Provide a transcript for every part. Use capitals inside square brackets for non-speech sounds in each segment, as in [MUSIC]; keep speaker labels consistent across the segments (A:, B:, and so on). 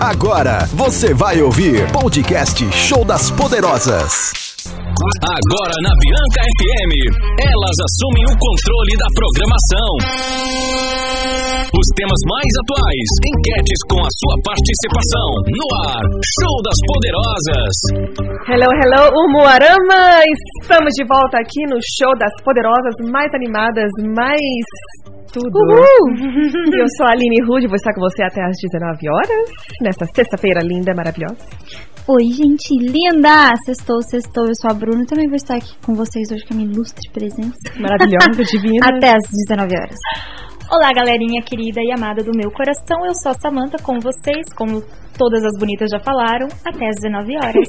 A: Agora você vai ouvir podcast Show das Poderosas.
B: Agora na Bianca FM, elas assumem o controle da programação. Os temas mais atuais, enquetes com a sua participação. No ar, Show das Poderosas.
C: Hello, hello, Umuarama! Estamos de volta aqui no Show das Poderosas, mais animadas, mais tudo. Uhul. Eu sou a Aline Rude, vou estar com você até às 19 horas, nesta sexta-feira linda, maravilhosa.
D: Oi, gente linda! Sextou, sextou. Eu sou a Bruna também vou estar aqui com vocês hoje com a minha ilustre presença.
C: Maravilhosa, [LAUGHS] divina.
D: Até às 19 horas. Olá, galerinha querida e amada do meu coração. Eu sou a Samanta com vocês, como todas as bonitas já falaram, até às 19 horas.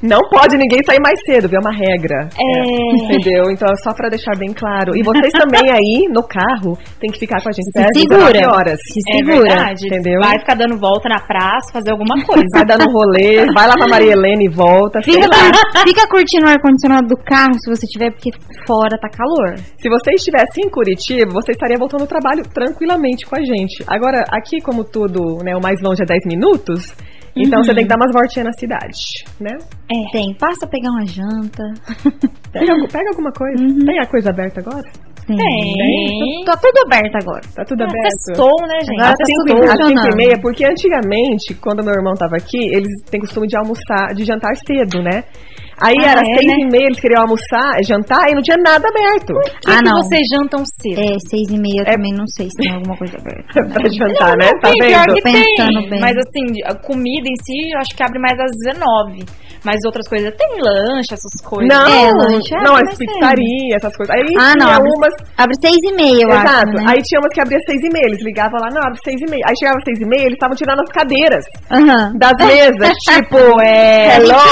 C: Não pode ninguém sair mais cedo, viu? É uma regra.
D: [LAUGHS] É.
C: Entendeu? Então, é só pra deixar bem claro. E vocês também aí, no carro, tem que ficar com a gente
D: Se
C: até às
D: segura.
C: 19 horas.
D: [LAUGHS] Se
E: É
D: segura.
E: verdade.
C: entendeu?
E: Vai ficar dando volta na praça, fazer alguma coisa.
C: Vai dando rolê, vai lá pra Maria Helena e volta. sei
D: Fica,
C: lá.
D: cur- fica curtindo o ar-condicionado do carro se você tiver, porque fora tá calor.
C: Se você estivesse em Curitiba, você estaria voltando ao trabalho tranquilamente com a gente. Agora, aqui, como tudo, né, o mais longe é 10 minutos, então
E: Uhum.
C: você tem que dar umas voltinhas na cidade, né?
D: É. Tem. Passa a pegar uma janta.
C: Pega, algu- pega alguma coisa.
E: Uhum.
C: Tem a coisa aberta agora?
D: Tem.
E: Tem.
D: Tá tudo aberto agora.
C: Tá tudo
E: Ah,
C: aberto?
E: Sextou, né, gente?
D: Agora
C: Às
D: tá
C: cinco,
D: tudo
C: e- às cinco e
D: funcionando.
C: meia, porque antigamente, quando meu irmão tava aqui, eles têm costume de almoçar, de jantar cedo, né? Aí
E: Ah,
C: era
E: é,
C: seis
E: né?
C: e meia, eles queriam almoçar, jantar, e não tinha nada aberto
E: Por que
D: Ah, não.
E: vocês jantam cedo?
D: É, seis e meia eu
C: É.
D: também não sei se tem alguma coisa aberta.
C: [LAUGHS] pra jantar, né? Tá
E: Tem, pior
C: vendo?
E: que
D: Pensando
E: tem.
D: bem.
E: Mas assim, a comida em si, eu acho que abre mais às 19. Mas outras coisas, tem lanche, essas coisas.
C: Não,
D: É, lanche abre
C: não,
D: mais
C: as
D: cedo.
C: pizzarias, essas coisas. Aí
D: Ah, não,
C: tinha
D: abre-
C: umas.
D: Abre seis e meia, eu
C: Exato.
D: acho, né?
C: Aí tinha umas que abria seis e meia, eles ligavam lá, não, abre seis e meia. Aí chegava seis e meia, eles estavam tirando as cadeiras
D: Aham.
C: das
D: [LAUGHS]
C: mesas, tipo, é.
D: a gente
C: Hello!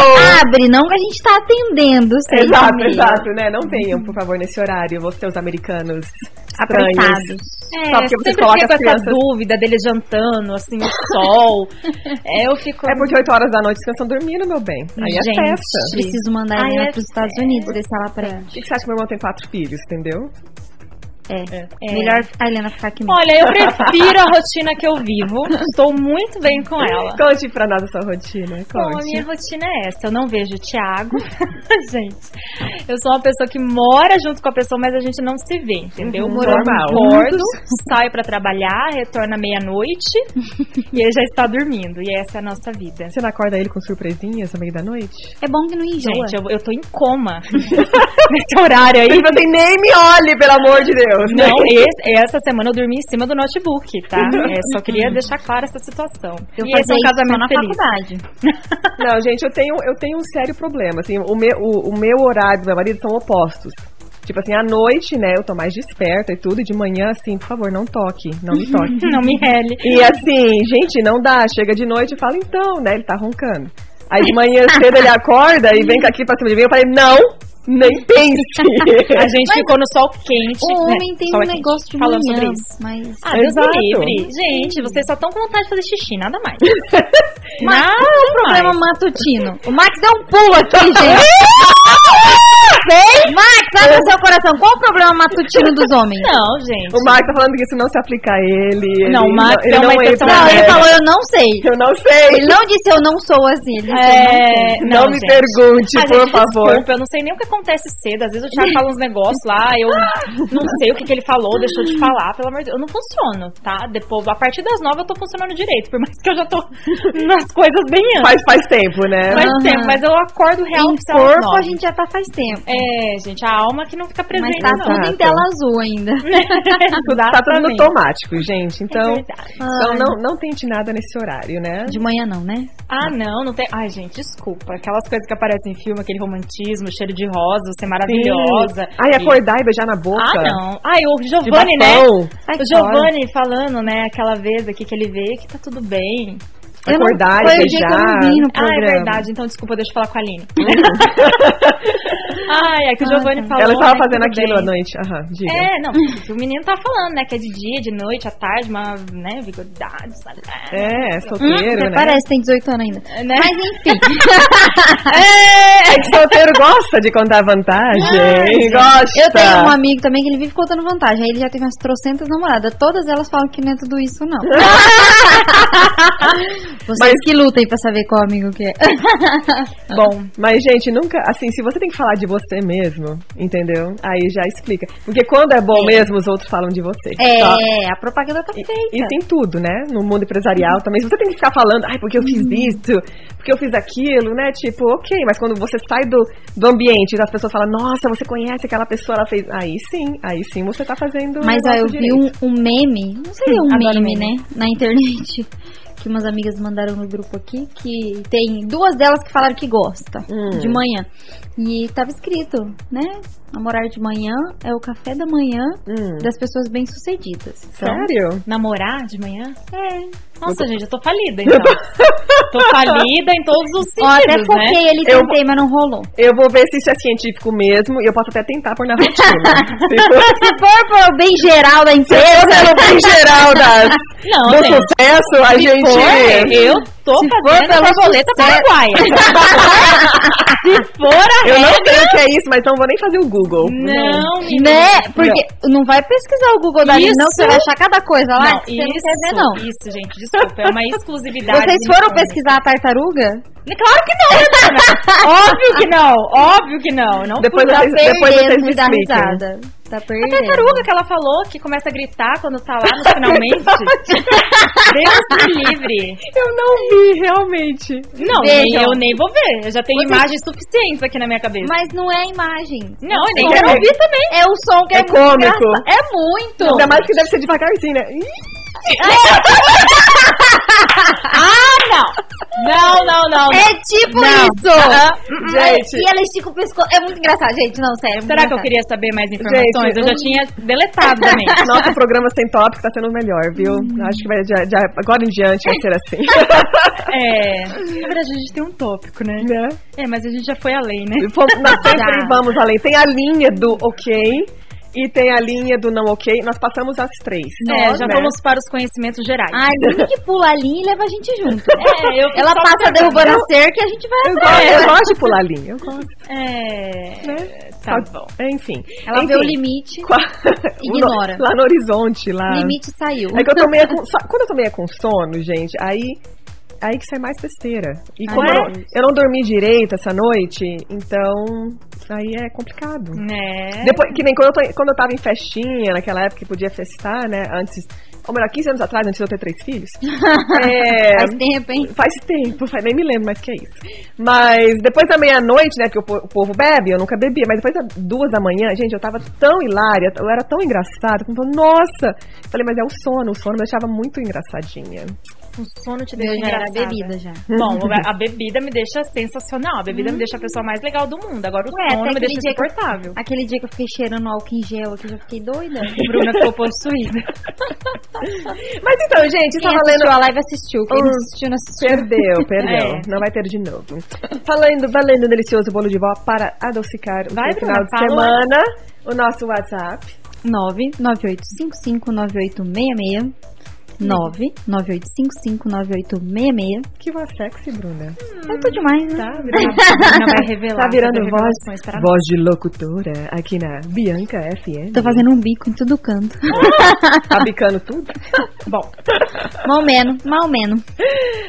D: abre, não que a gente tá atendendo. seis e
C: Exato,
D: meia.
C: exato, né? Não venham, por favor, nesse horário, vocês os americanos estranhos.
D: Apressados.
E: É,
C: Só porque vocês
E: sempre
C: colocam
E: fico
C: as
E: essa
C: crianças-
E: dúvida dele jantando, assim, o [LAUGHS] sol. é, eu fico.
C: É porque 8 horas da noite vocês estão dormindo, meu bem. Aí é
E: Gente.
C: festa.
D: Preciso mandar
E: Ah,
D: ela
E: é
D: pros Estados Unidos, ver se ela
C: O
D: aprende.
C: que que você acha que meu irmão tem quatro filhos, entendeu?
D: É.
E: É.
D: Melhor a Helena ficar aqui mesmo. [LAUGHS]
E: Olha, eu prefiro a rotina que eu vivo. Estou muito bem com ela.
C: Conte pra nós a sua rotina,
E: Bom, a
C: conte.
E: minha rotina é essa. Eu não vejo o Thiago. [LAUGHS] gente, eu sou uma pessoa que mora junto com a pessoa, mas a gente não se vê, entendeu?
C: Uhum,
E: Moramos
C: normal.
E: acordo,
D: Uhum.
E: saio pra trabalhar,
D: [LAUGHS]
E: retorno à meia-noite e ele já está dormindo. E essa é a nossa vida.
C: Você não acorda ele com surpresinhas no meio da noite?
D: É bom que não enjoa.
E: Gente, eu, eu tô em coma [LAUGHS] nesse horário aí.
C: Ele falou assim, nem me olhe, pelo amor de Deus. né?
E: Não, esse- essa semana eu dormi em cima do notebook,
D: [LAUGHS]
E: tá? É, só queria deixar clara essa situação.
D: Eu
E: e esse
D: fazia isso
E: é um
D: só
E: casamento
D: na
E: feliz.
D: faculdade.
C: [LAUGHS] Não, gente, eu tenho, eu tenho um sério problema. Assim, o meu, o, o meu horário e do meu marido são opostos. Tipo assim, à noite, né, eu tô mais desperta e tudo, e de manhã, assim, por favor, não toque, não me toque.
E: [LAUGHS] Não me rele.
C: E assim, gente, não dá. Chega de noite e fala, então, né? Ele tá roncando. Aí de manhã cedo ele acorda e vem aqui pra cima de mim. Eu falei, não, nem pense. [LAUGHS]
E: [LAUGHS] A gente ficou no sol quente.
D: O
E: né?
D: homem tem
E: Sol
D: um
E: é quente.
D: negócio de
E: Falando
D: manhã,
E: sobre isso.
D: mas...
E: Ah, Deus
C: Exato.
E: me livre. Gente, vocês só estão com vontade de fazer xixi, nada mais. nada
D: é o problema
E: mais.
D: matutino. O Max deu um pulo
E: [LAUGHS]
D: aqui, gente. Sei. Max, abre o seu coração. Qual o problema matutino dos homens?
E: [LAUGHS] Não, gente.
C: o Marco tá falando que isso não se aplica a ele. ele
E: Não, o Marco é uma
C: entra
E: exceção
C: na
D: Não, ele
C: regra.
D: falou, eu não sei.
C: Eu não sei.
D: Ele não disse eu não sou assim. Ele disse,
E: É,
C: não me
E: gente.
C: pergunte,
E: Ah, gente,
C: por favor.
E: Desculpa, eu não sei nem o que acontece cedo. Às vezes o Thiago fala uns negócios lá, eu não sei o que, que ele falou, deixou de falar, pelo amor de Deus. Eu não funciono, tá? Depois, a partir das nove eu tô funcionando direito, por mais que eu já tô [LAUGHS] nas coisas bem antes.
C: Faz, faz tempo, né?
E: Faz
D: Aham.
E: tempo, mas eu acordo
D: eu
E: real
D: não
E: oficial
D: sei. Em
E: às
D: corpo
E: nove.
D: a gente já tá faz tempo.
E: um É, gente, a alma que não fica
D: Mas
E: presente,
D: tá
E: não. Uhum.
D: tudo em
C: Exato.
D: tela azul ainda.
E: [LAUGHS]
C: Tá tudo no
E: Exatamente.
C: automático, gente. Então,
E: É verdade.
C: então
D: Ai.
C: não, não tente nada nesse horário, né?
D: De manhã não, né?
E: Ah, não, não tem. Ai, gente, desculpa. Aquelas coisas que aparecem em filme, aquele romantismo, cheiro de rosa, você é maravilhosa.
C: Ai, acordar e beijar na boca.
E: Ah, não. Ai, o
C: De
E: Giovanni, né?
C: bafão,
D: Ai,
E: O
D: que
E: Giovanni falando, né, aquela vez aqui que ele vê que tá tudo bem.
D: Eu não-
C: Acordar e
D: foi o dia que eu não
C: beijar.
D: vi no
E: Ah, é
D: programa.
E: verdade. Então, desculpa, deixa eu falar com a Aline. [LAUGHS] Ai, é que o
D: Ah,
E: Giovanni
D: tá.
E: falou.
C: Ela estava
E: né,
C: fazendo
E: tudo
C: aquilo
E: bem.
C: à noite. Aham, diga.
E: É, não, que o menino tá falando, né, que é de dia, de noite, à tarde, uma, né, vigoridade, sabe?
C: É,
D: Hum,
C: solteiro,
D: até
C: né?
D: Parece, tem 18 anos ainda.
E: Né?
D: Mas
E: [LAUGHS]
D: enfim.
C: É que solteiro gosta de contar vantagem.
E: É,
C: gosta.
D: Eu tenho um amigo também que ele vive contando vantagem.
E: [LAUGHS]
D: Aí ele já tem umas trocentas namoradas. Todas elas falam que não é tudo isso, não.
F: Vocês que lutem pra saber qual amigo que é.
E: Tá.
C: [LAUGHS] Bom, mas gente, nunca, assim, se você tem que falar de você mesmo, entendeu? Aí já explica. Porque quando é bom mesmo, os outros falam de você. Só-
F: É, a propaganda tá feita.
C: Isso em tudo, né? No mundo
F: Uhum.
C: empresarial também. Se você tem que ficar falando, ai, porque eu fiz isso, porque eu fiz aquilo, né? Tipo, ok, mas quando você sai do, do ambiente, as pessoas falam, nossa, você conhece aquela pessoa, ela fez. Aí sim, aí sim você tá fazendo. o
F: Mas ó,
C: negócio
F: eu vi
C: direito.
F: um, um meme, não seria um
E: Adoro
F: meme, né? Na internet. [LAUGHS] Que umas amigas mandaram no grupo aqui, que tem duas delas que falaram que gosta
C: Hum.
F: um de manhã. E tava escrito, né? Namorar de manhã é o café da manhã
C: Hum.
F: das pessoas bem-sucedidas. Então,
C: Sério?
E: Namorar de manhã? É. Nossa, gente, eu tô falida, então.
F: [LAUGHS]
E: tô falida em todos os
F: Ó, até
E: sentidos, né?
F: foquei ele
C: Eu-
F: tentei, mas não
E: [LAUGHS]
F: rolou.
C: Eu vou ver se isso é científico mesmo e eu posso até tentar
F: [LAUGHS]
C: pôr na rotina. Tipo, se [LAUGHS] for
F: Se for pro bem geral da empresa,
C: pelo bem geral das,
E: Não,
C: do
E: gente.
C: sucesso, a
E: Se
C: gente.
E: for, eu tô
F: é. Se for
E: fazendo
F: pelo
E: borboleta
F: sucesso-
E: paraguaia.
F: [LAUGHS]
E: Se for a
C: Eu não
E: regra-
C: sei o que é isso, mas não vou nem fazer o Google.
E: Não, menina. [LAUGHS]
F: né? Porque não. vai pesquisar o Google da
E: Isso.
F: não, você vai achar cada coisa lá.
E: Não,
F: que você
E: isso,
F: não quer ver, não.
E: isso, gente, desculpa,
F: [LAUGHS]
E: é uma exclusividade.
F: Vocês foram
E: minha.
F: pesquisar a tartaruga?
E: Claro que não, Renan. Óbvio que não, óbvio que não. Eu Não
C: Depois
E: fui.
C: eu-
F: Tá
C: vocês- depois vocês
F: perdendo
C: me
F: de dar
C: expliquem.
F: risada. Tá
E: A
F: perdendo.
E: tartaruga que ela falou, que começa a gritar quando tá lá
F: [LAUGHS]
E: no finalmente. Deus me livre.
C: Eu não vi, realmente.
E: Não, nem,
F: Vejam.
E: eu nem vou ver. Eu já tenho
F: Vocês-
E: imagens suficientes aqui na minha cabeça.
F: Mas não é a imagem.
E: Não, eu nem
F: eu
E: quero
F: não
E: ouvir.
F: vi também. É o som que é,
C: É
F: muito
C: cômico.
F: engraçado. É muito.
C: Ainda mais que deve ser devagarzinho, né? Ih,
E: Não, não, não. Ah,
F: É tipo isso. É,
E: Aham.
C: Gente.
F: E ela estica o pescoço. É muito engraçado, gente. Não, sério. é muito
E: Será que eu
F: engraçado.
E: queria saber mais informações?
C: Gente,
E: eu já
C: eu-
E: tinha deletado também.
C: Nosso programa sem tópico tá sendo o melhor, viu?
E: Uhum.
C: Acho que vai, já, já- agora em diante vai ser assim.
E: [LAUGHS]
C: [LAUGHS]
E: É. Na verdade, a gente tem um tópico, né?
C: né?
E: É, mas a gente já foi além, né?
C: Fomos- Nós sempre
F: Já.
C: vamos além. Tem a linha do ok e tem a linha do não ok. Nós passamos as três.
E: É, já
C: né?
E: vamos para os conhecimentos gerais.
F: A Aline que pula a linha e leva a gente junto.
E: É, eu fico
F: ela
E: só
F: passa
E: observando.
F: derrubando a cerca e a gente vai
C: Eu
F: atrás.
C: gosto,
E: [LAUGHS]
C: eu gosto de pular a linha. Eu gosto,
E: É.
C: né?
E: Tá
C: Só-
E: bom.
C: Enfim.
F: Ela
C: Enfim,
F: vê o limite.
C: [LAUGHS] qua-
F: Ignora.
C: Lá no horizonte, lá.
F: Limite saiu.
C: É que eu tô meio com, só- quando eu tô meio com sono, gente, aí aí que sai mais besteira. E
F: Ah,
C: como
F: é?
C: eu, não- eu não dormi direito essa noite, então aí é complicado.
F: É.
E: Né?
C: Depois, que nem quando eu, tô- quando eu tava em festinha, naquela época que podia festar, né? Antes, ou melhor, 15 anos atrás, antes de eu ter três
F: [LAUGHS]
C: filhos. é,
F: Faz tempo, hein?
C: Faz tempo, faz- nem me lembro mais que é isso. Mas depois da meia-noite, né, que o, po- o povo bebe, eu nunca bebia, mas depois das duas da manhã, gente, eu tava tão hilária, eu era tão engraçada, que eu falei, nossa! Falei, mas é o sono, o sono me deixava muito engraçadinha.
E: O sono te
F: Eu
E: deixa
F: já era
E: engraçada.
F: bebida já.
E: Bom, a bebida me deixa sensacional. A bebida me deixa a pessoa mais legal do mundo. Agora o
F: Ué,
E: sono me deixa
F: até aquele dia que-
E: insuportável.
F: Aquele dia que eu fiquei cheirando álcool em gel aqui, eu já fiquei doida.
E: A
F: [LAUGHS]
E: Bruna ficou possuída.
C: Mas então, gente, eu
F: Quem
C: tava lendo.
F: assistiu a live assistiu. Quem não
C: Hum.
F: assistiu, não assistiu.
C: [LAUGHS] Perdeu, perdeu.
E: É.
C: Não vai ter de novo. Falando, valendo um delicioso bolo de vó para adocicar o
E: Vai,
C: seu final
E: Bruna,
C: de
E: fala.
C: semana. O nosso WhatsApp.
F: 998559866. 998559866.
C: Que voz sexy, Bruna.
F: Eu tô demais, né?
E: Tá, Bruna? A Bruna vai revelar.
C: Tá virando
E: fazer
C: voz,
E: revelações para nós.
C: voz de locutora aqui na Bianca FM.
F: Tô fazendo um bico em todo canto.
C: Tá bicando [LAUGHS] tudo? Bom.
F: mal menos, mal menos.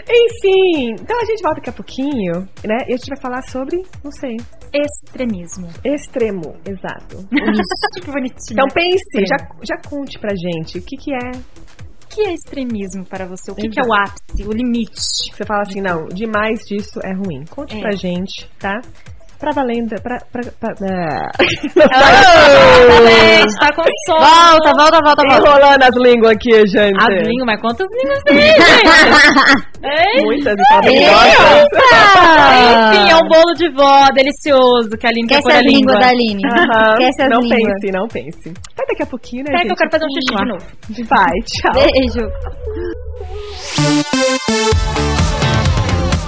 C: Enfim, então a gente volta daqui a pouquinho, né? E a gente vai falar sobre, não sei,
E: Extremismo.
C: extremo, exato.
E: Isso. [LAUGHS] que bonitinho.
C: Então pense,
E: Extremo.
C: já, já conte pra gente o que que é.
E: o que é extremismo para você? O que,
C: Exato.
E: que é o ápice, o limite?
C: Você fala assim, não, demais disso é ruim. Conte
E: É.
C: pra gente, tá? Pra valenda, pra... pra, pra
E: [LAUGHS]
C: ah.
E: Ah! Exatamente, tá com sono.
F: Volta, volta, volta,
C: Tá
F: volta.
C: enrolando as línguas aqui, gente.
E: As línguas, mas quantas línguas [LAUGHS] tem, gente? Ei,
C: Muitas
F: Eita!
C: fabulosas.
E: Enfim, é um bolo de vó delicioso que a Aline quer
F: Esquece
E: pôr é a
F: as
E: língua.
F: línguas da Aline.
C: Aham.
F: Esquece as
C: Não
F: línguas.
C: pense, não pense. Até daqui a pouquinho, né,
E: Peraí que eu
C: gente?
E: quero fazer um xixi de novo.
C: Vai, tchau.
F: Beijo.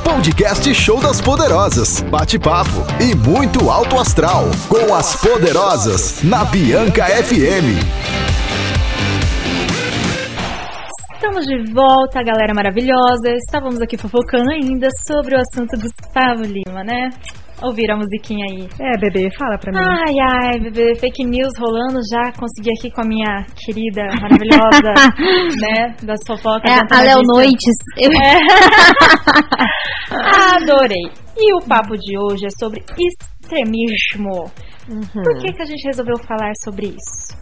A: Podcast Show das Poderosas. Bate-papo e muito alto astral. Com as Poderosas, na Bianca FM.
E: Estamos de volta, galera maravilhosa. Estávamos aqui fofocando ainda sobre o assunto Gustavo Lima, né? ouvir a musiquinha aí.
C: É, bebê, fala pra mim.
E: Ai, ai, bebê, fake news rolando já. Consegui aqui com a minha querida, maravilhosa, [LAUGHS] né? Das fofocas.
F: É a Léo Noites. Eu-
E: Adorei. E o papo de hoje é sobre extremismo. Por que, que a gente resolveu falar sobre isso?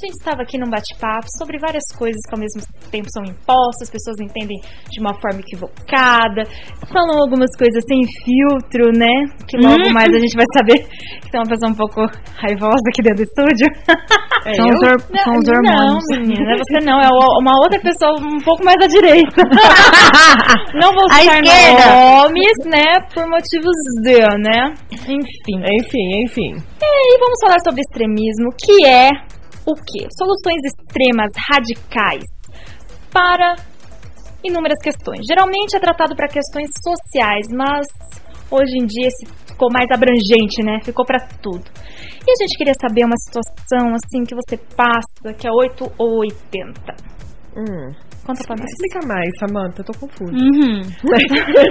E: A gente estava aqui num bate-papo sobre várias coisas que ao mesmo tempo são impostas, as pessoas entendem de uma forma equivocada, falam algumas coisas sem filtro, né? Que logo
F: Hum.
E: mais a gente vai saber que tem uma pessoa um pouco raivosa aqui dentro do estúdio.
F: São os hor- são os hormônios.
E: É Não, menina, você não, é o- uma outra pessoa um pouco mais à [LAUGHS] direita. Não vou
F: À
E: citar
F: esquerda.
E: nomes, né? Por motivos de, né? Enfim.
C: Enfim, enfim.
E: E aí vamos falar sobre extremismo, que é o quê? Soluções extremas, radicais, para inúmeras questões. Geralmente é tratado para questões sociais, mas hoje em dia esse ficou mais abrangente, né? Ficou para tudo. E a gente queria saber uma situação assim que você passa, que é 8 ou 80.
C: Hum.
E: Conta pra nós.
C: Explica mais, Samanta, eu tô confusa.
F: Uhum.
C: [LAUGHS]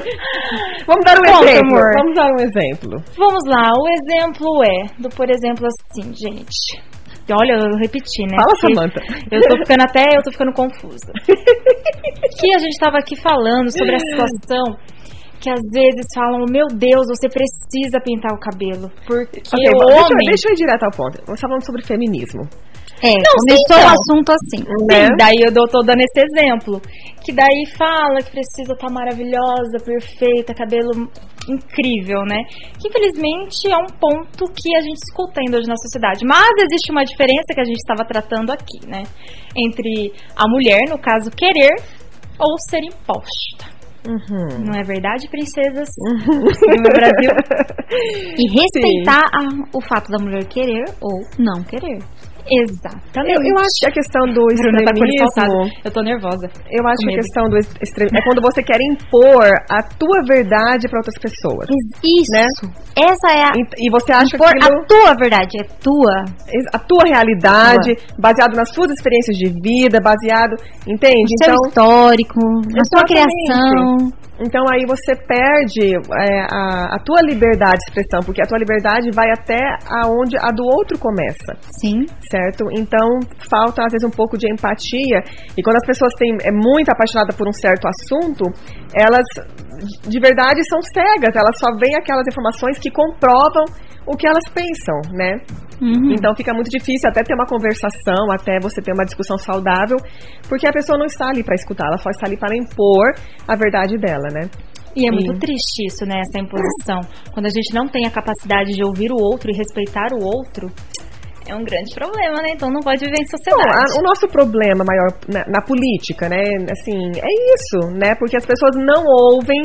C: Vamos dar um
E: Conta,
C: exemplo.
E: amor.
C: Vamos dar um exemplo.
E: Vamos lá, o exemplo é do por exemplo assim, gente. E Olha, eu repeti, né?
C: Fala,
E: Porque
C: Samanta.
E: Eu tô ficando até, eu tô ficando confusa. que a gente tava aqui falando sobre a situação que às vezes falam, meu Deus, você precisa pintar o cabelo. Porque
C: Ok,
E: o
C: bom, deixa, eu-
E: homem.
C: deixa eu ir direto ao ponto. Você tá falando sobre feminismo.
F: É, começou
E: então.
F: o assunto assim.
E: Sim,
C: né?
E: daí eu dou- tô dando esse exemplo. Que daí fala que precisa estar maravilhosa, perfeita, cabelo incrível, né? Que infelizmente é um ponto que a gente escuta ainda hoje na sociedade. Mas existe uma diferença que a gente estava tratando aqui, né? Entre a mulher, no caso, querer ou ser imposta. Não é verdade, princesas? No Brasil.
F: E respeitar a- o fato da mulher querer ou não querer.
E: Exatamente.
C: [LAUGHS] Eu, eu acho que a questão do
E: Bruna tá com ele
C: extremismo.
E: saltado. Eu tô nervosa.
C: eu acho que a
E: medo.
C: questão do extremismo é quando você quer impor a tua verdade pra outras pessoas.
F: Is- Isso.
C: Né?
F: Essa é a.
C: E, e você acha que
F: Impor a tua verdade, é tua.
C: a tua realidade, baseado nas suas experiências de vida, baseado, entende?
E: é um
F: seu histórico, na sua
C: Então, Exatamente.
F: criação.
C: Então aí você perde é, a, a tua liberdade de expressão, porque a tua liberdade vai até aonde a do outro começa,
F: Sim.
C: certo? Então falta às vezes um pouco de empatia e quando as pessoas têm é muito apaixonada por um certo assunto, elas de verdade são cegas, elas só veem aquelas informações que comprovam o que elas pensam, né?
F: Uhum.
C: Então fica muito difícil até ter uma conversação, até você ter uma discussão saudável, porque a pessoa não está ali para escutar, ela só está ali para impor a verdade dela, né?
E: E é muito
C: Sim.
E: triste isso, né? Essa imposição. Quando a gente não tem a capacidade de ouvir o outro e respeitar o outro, é um grande problema, né? Então não pode viver em
C: Bom,
E: sociedade.
C: a- o nosso problema maior na, na política, né? Assim, é isso, né? Porque as pessoas não ouvem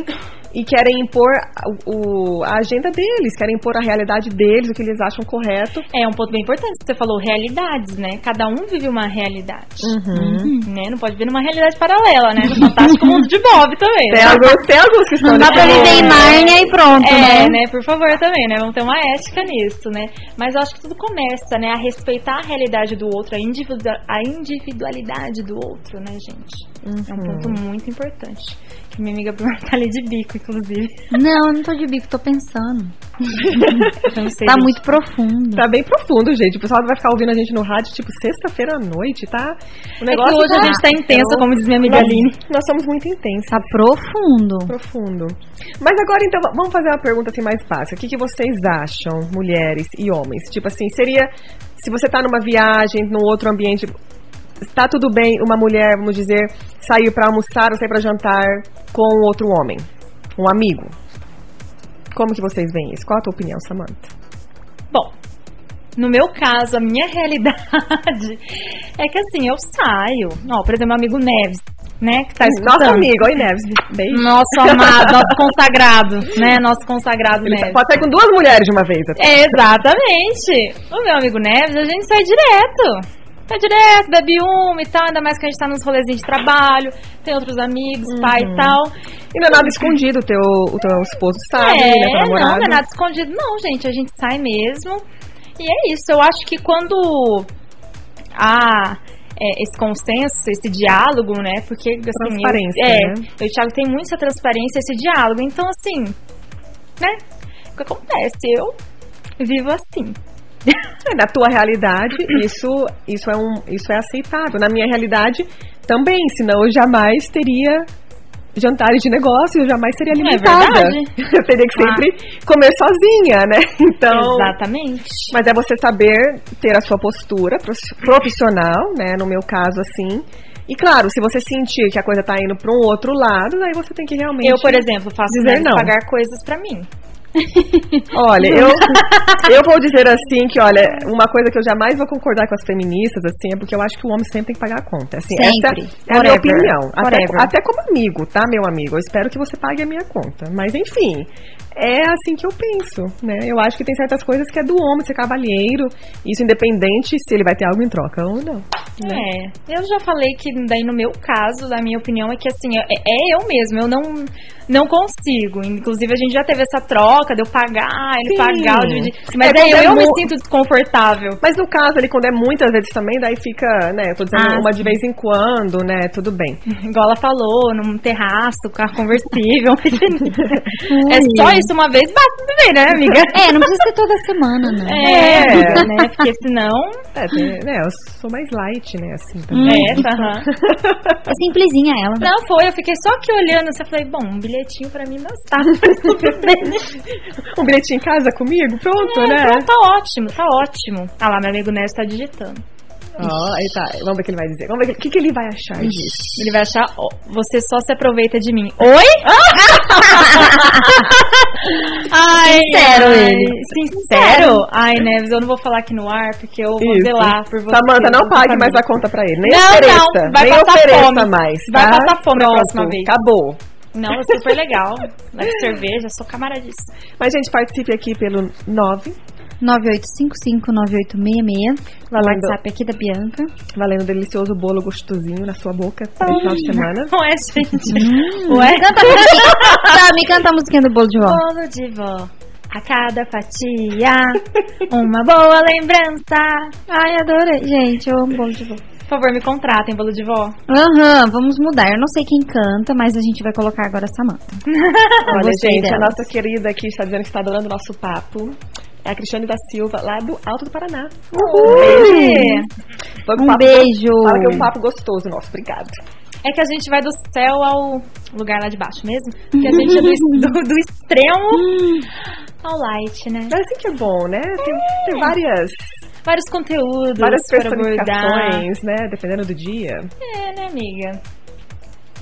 C: e querem impor a- o, a agenda deles, querem impor a realidade deles, o que eles acham correto.
E: É um ponto bem importante. Você falou realidades, né? Cada um vive uma realidade.
C: Uhum.
E: Né? Não pode viver numa realidade paralela, né? No
C: [LAUGHS]
E: fantástico mundo de Bob também. né?
C: Tem alguns, tem alguns que estão
F: Não dá pra
C: nesse-
F: viver em Nárnia e pronto,
E: É,
F: né?
E: né? Por favor, também, né? Vamos ter uma ética nisso, né? Mas eu acho que tudo começa, né? A respeitar a realidade do outro, a, individua- a individualidade do outro, né, gente? É um ponto muito importante. Que minha amiga Bruna tá ali de bico, inclusive.
F: Não, eu não tô de bico, tô pensando.
E: Eu não sei,
F: Tá
E: gente.
F: muito profundo.
C: Tá bem profundo, gente. O pessoal vai ficar ouvindo a gente no rádio, tipo, sexta-feira à noite, tá? O
E: É que
C: negócio
E: hoje
C: tá... Então,
E: a gente tá intensa, como diz minha amiga
C: nós,
E: Aline.
C: nós somos muito intensos.
F: Tá profundo.
C: Profundo. Mas agora então, vamos fazer uma pergunta assim mais básica. O que, que vocês acham, mulheres e homens? Tipo assim, seria se você tá numa viagem, num outro ambiente, tá tudo bem uma mulher, vamos dizer, sair pra almoçar ou sair pra jantar com outro homem, um amigo? Como que vocês veem isso? Qual a tua opinião, Samantha?
E: Bom, no meu caso, a minha [LAUGHS] realidade é que assim, eu saio. Ó, por exemplo, meu amigo Neves, né? Que tá escutando.
C: Nosso amigo, oi Neves. Beijo.
E: Nosso amado, nosso consagrado, né? Nosso consagrado
C: Ele tá,
E: Neves.
C: pode sair com duas mulheres de uma vez. assim. até.
E: É, exatamente. O meu amigo Neves, a gente sai direto. Sai direto, bebe uma e tal, ainda mais que a gente tá nos rolezinhos de trabalho, tem outros amigos,
C: Uhum.
E: pai e tal.
C: E não é nada escondido, o teu, o teu esposo sabe,
E: é,
C: né? Teu
E: não,
C: namorado.
E: não é nada escondido, não, gente. A gente sai mesmo. E é isso, eu acho que quando há é, esse consenso, esse diálogo, né? Porque assim,
C: Transparência,
E: eu, é,
C: né?
E: eu e o Thiago tem muita transparência esse diálogo. Então, assim, né? o que acontece. Eu vivo assim.
C: É, na tua realidade, isso, isso, é um, isso é aceitável. Na minha realidade, também, senão eu jamais teria jantares de negócio, eu jamais seria
E: Não é
C: alimentada.
E: verdade?
C: [LAUGHS] eu teria que
E: Ah.
C: sempre comer sozinha, né? [LAUGHS] Então,
E: Exatamente.
C: mas é você saber ter a sua postura prof- profissional, né? No meu caso, assim. E claro, se você sentir que a coisa tá indo para um outro lado, aí você tem que realmente.
E: Eu, por exemplo, faço
C: dizer
E: eles
C: não.
E: pagar coisas pra mim. [LAUGHS]
C: Olha, eu, eu vou dizer assim que, olha, uma coisa que eu jamais vou concordar com as feministas, assim, é porque eu acho que o homem sempre tem que pagar a conta. Assim,
E: Sempre.
C: Essa é a minha
E: Forever.
C: opinião. Até,
E: Forever.
C: até como amigo, tá, meu amigo? Eu espero que você pague a minha conta. Mas, enfim, é assim que eu penso, né? Eu acho que tem certas coisas que é do homem ser cavalheiro, isso independente se ele vai ter algo em troca ou não. Né?
E: É, eu já falei que daí no meu caso, da minha opinião, é que assim, é, é eu mesmo, eu não, não consigo. Inclusive, a gente já teve essa troca de eu pagar,
C: Sim.
E: ele pagar, eu dividir. Mas
C: É,
E: daí
C: quando é
E: eu, eu me
C: mu-
E: sinto desconfortável.
C: Mas no caso ali, quando é muitas vezes também, daí fica, né, eu tô dizendo
E: Ah,
C: uma de vez em quando, né, tudo bem.
E: Igual ela falou, num terraço, carro conversível, [LAUGHS] uma pequenita. É só isso uma vez, basta também, né, amiga?
F: É, não precisa ser toda semana, né?
E: É, né? Porque senão.
C: É, tem- né, eu sou mais light, né, assim, também.
E: É, aham.
F: É simplesinha ela.
E: Não, foi, eu fiquei só aqui olhando, assim, eu falei, bom, um bilhetinho pra mim não está, mas
C: [LAUGHS]
E: tudo [LAUGHS] bem.
C: um bilhetinho em casa comigo, pronto,
E: É,
C: né?
E: então tá ótimo, tá ótimo. Ah lá, meu amigo Nésio tá digitando.
C: Ó, aí tá. Vamos ver o que ele vai dizer. Vamos ver o que, que ele vai achar disso.
E: Ele vai achar, ó, você só se aproveita de mim.
C: [LAUGHS]
E: Oi? ai,
F: Sincero
E: ai,
F: ele.
E: Sincero? Ai, Neves, eu não vou falar aqui no ar, porque eu vou
C: Isso.
E: zelar por você.
C: Samanta, não
E: por sua
C: pague
E: família.
C: mais a conta pra ele. Nem
E: Não,
C: ofereça.
E: não, vai
C: nem
E: passar
C: ofereça
E: fome.
C: mais.
E: Vai
C: tá?
E: passar fome a
C: Pronto,
E: próxima vez.
C: Acabou.
E: Não, é super legal. Leve cerveja, sou camaradista.
C: Mas, gente, participe aqui pelo 9,
F: 98559866.
C: valendo,
F: WhatsApp aqui da Bianca.
C: valendo um delicioso bolo gostosinho na sua boca no final de semana. Hum.
E: [LAUGHS] Não é, gente?
F: Ué? Canta pra mim. [LAUGHS] tá, me canta a musiquinha do bolo de vó.
E: Bolo de vó. A cada fatia, uma boa lembrança.
F: Ai, adorei. Gente, eu amo bolo de vó.
E: Por favor, me contratem, bolo de vó.
F: Aham, vamos mudar. Eu não sei quem canta, mas a gente vai colocar agora a Samanta.
C: Olha,
F: gostei
C: gente, a
F: dela.
C: nossa querida aqui está dizendo que está adorando o nosso papo. É a Cristiane da Silva, lá do Alto do Paraná.
F: Beijo.
C: Foi
F: Um
C: papo-
F: beijo.
C: Fala que é um papo gostoso nosso. Obrigado.
E: É que a gente vai do céu ao lugar lá de baixo mesmo. Porque a gente é [LAUGHS] do, do- do extremo ao light, né?
C: Mas assim que é bom, né? Tem,
E: Hum.
C: tem várias,
E: Vários conteúdos
C: várias
E: para abordar.
C: personificações, né? Dependendo do dia.
E: É, né, amiga?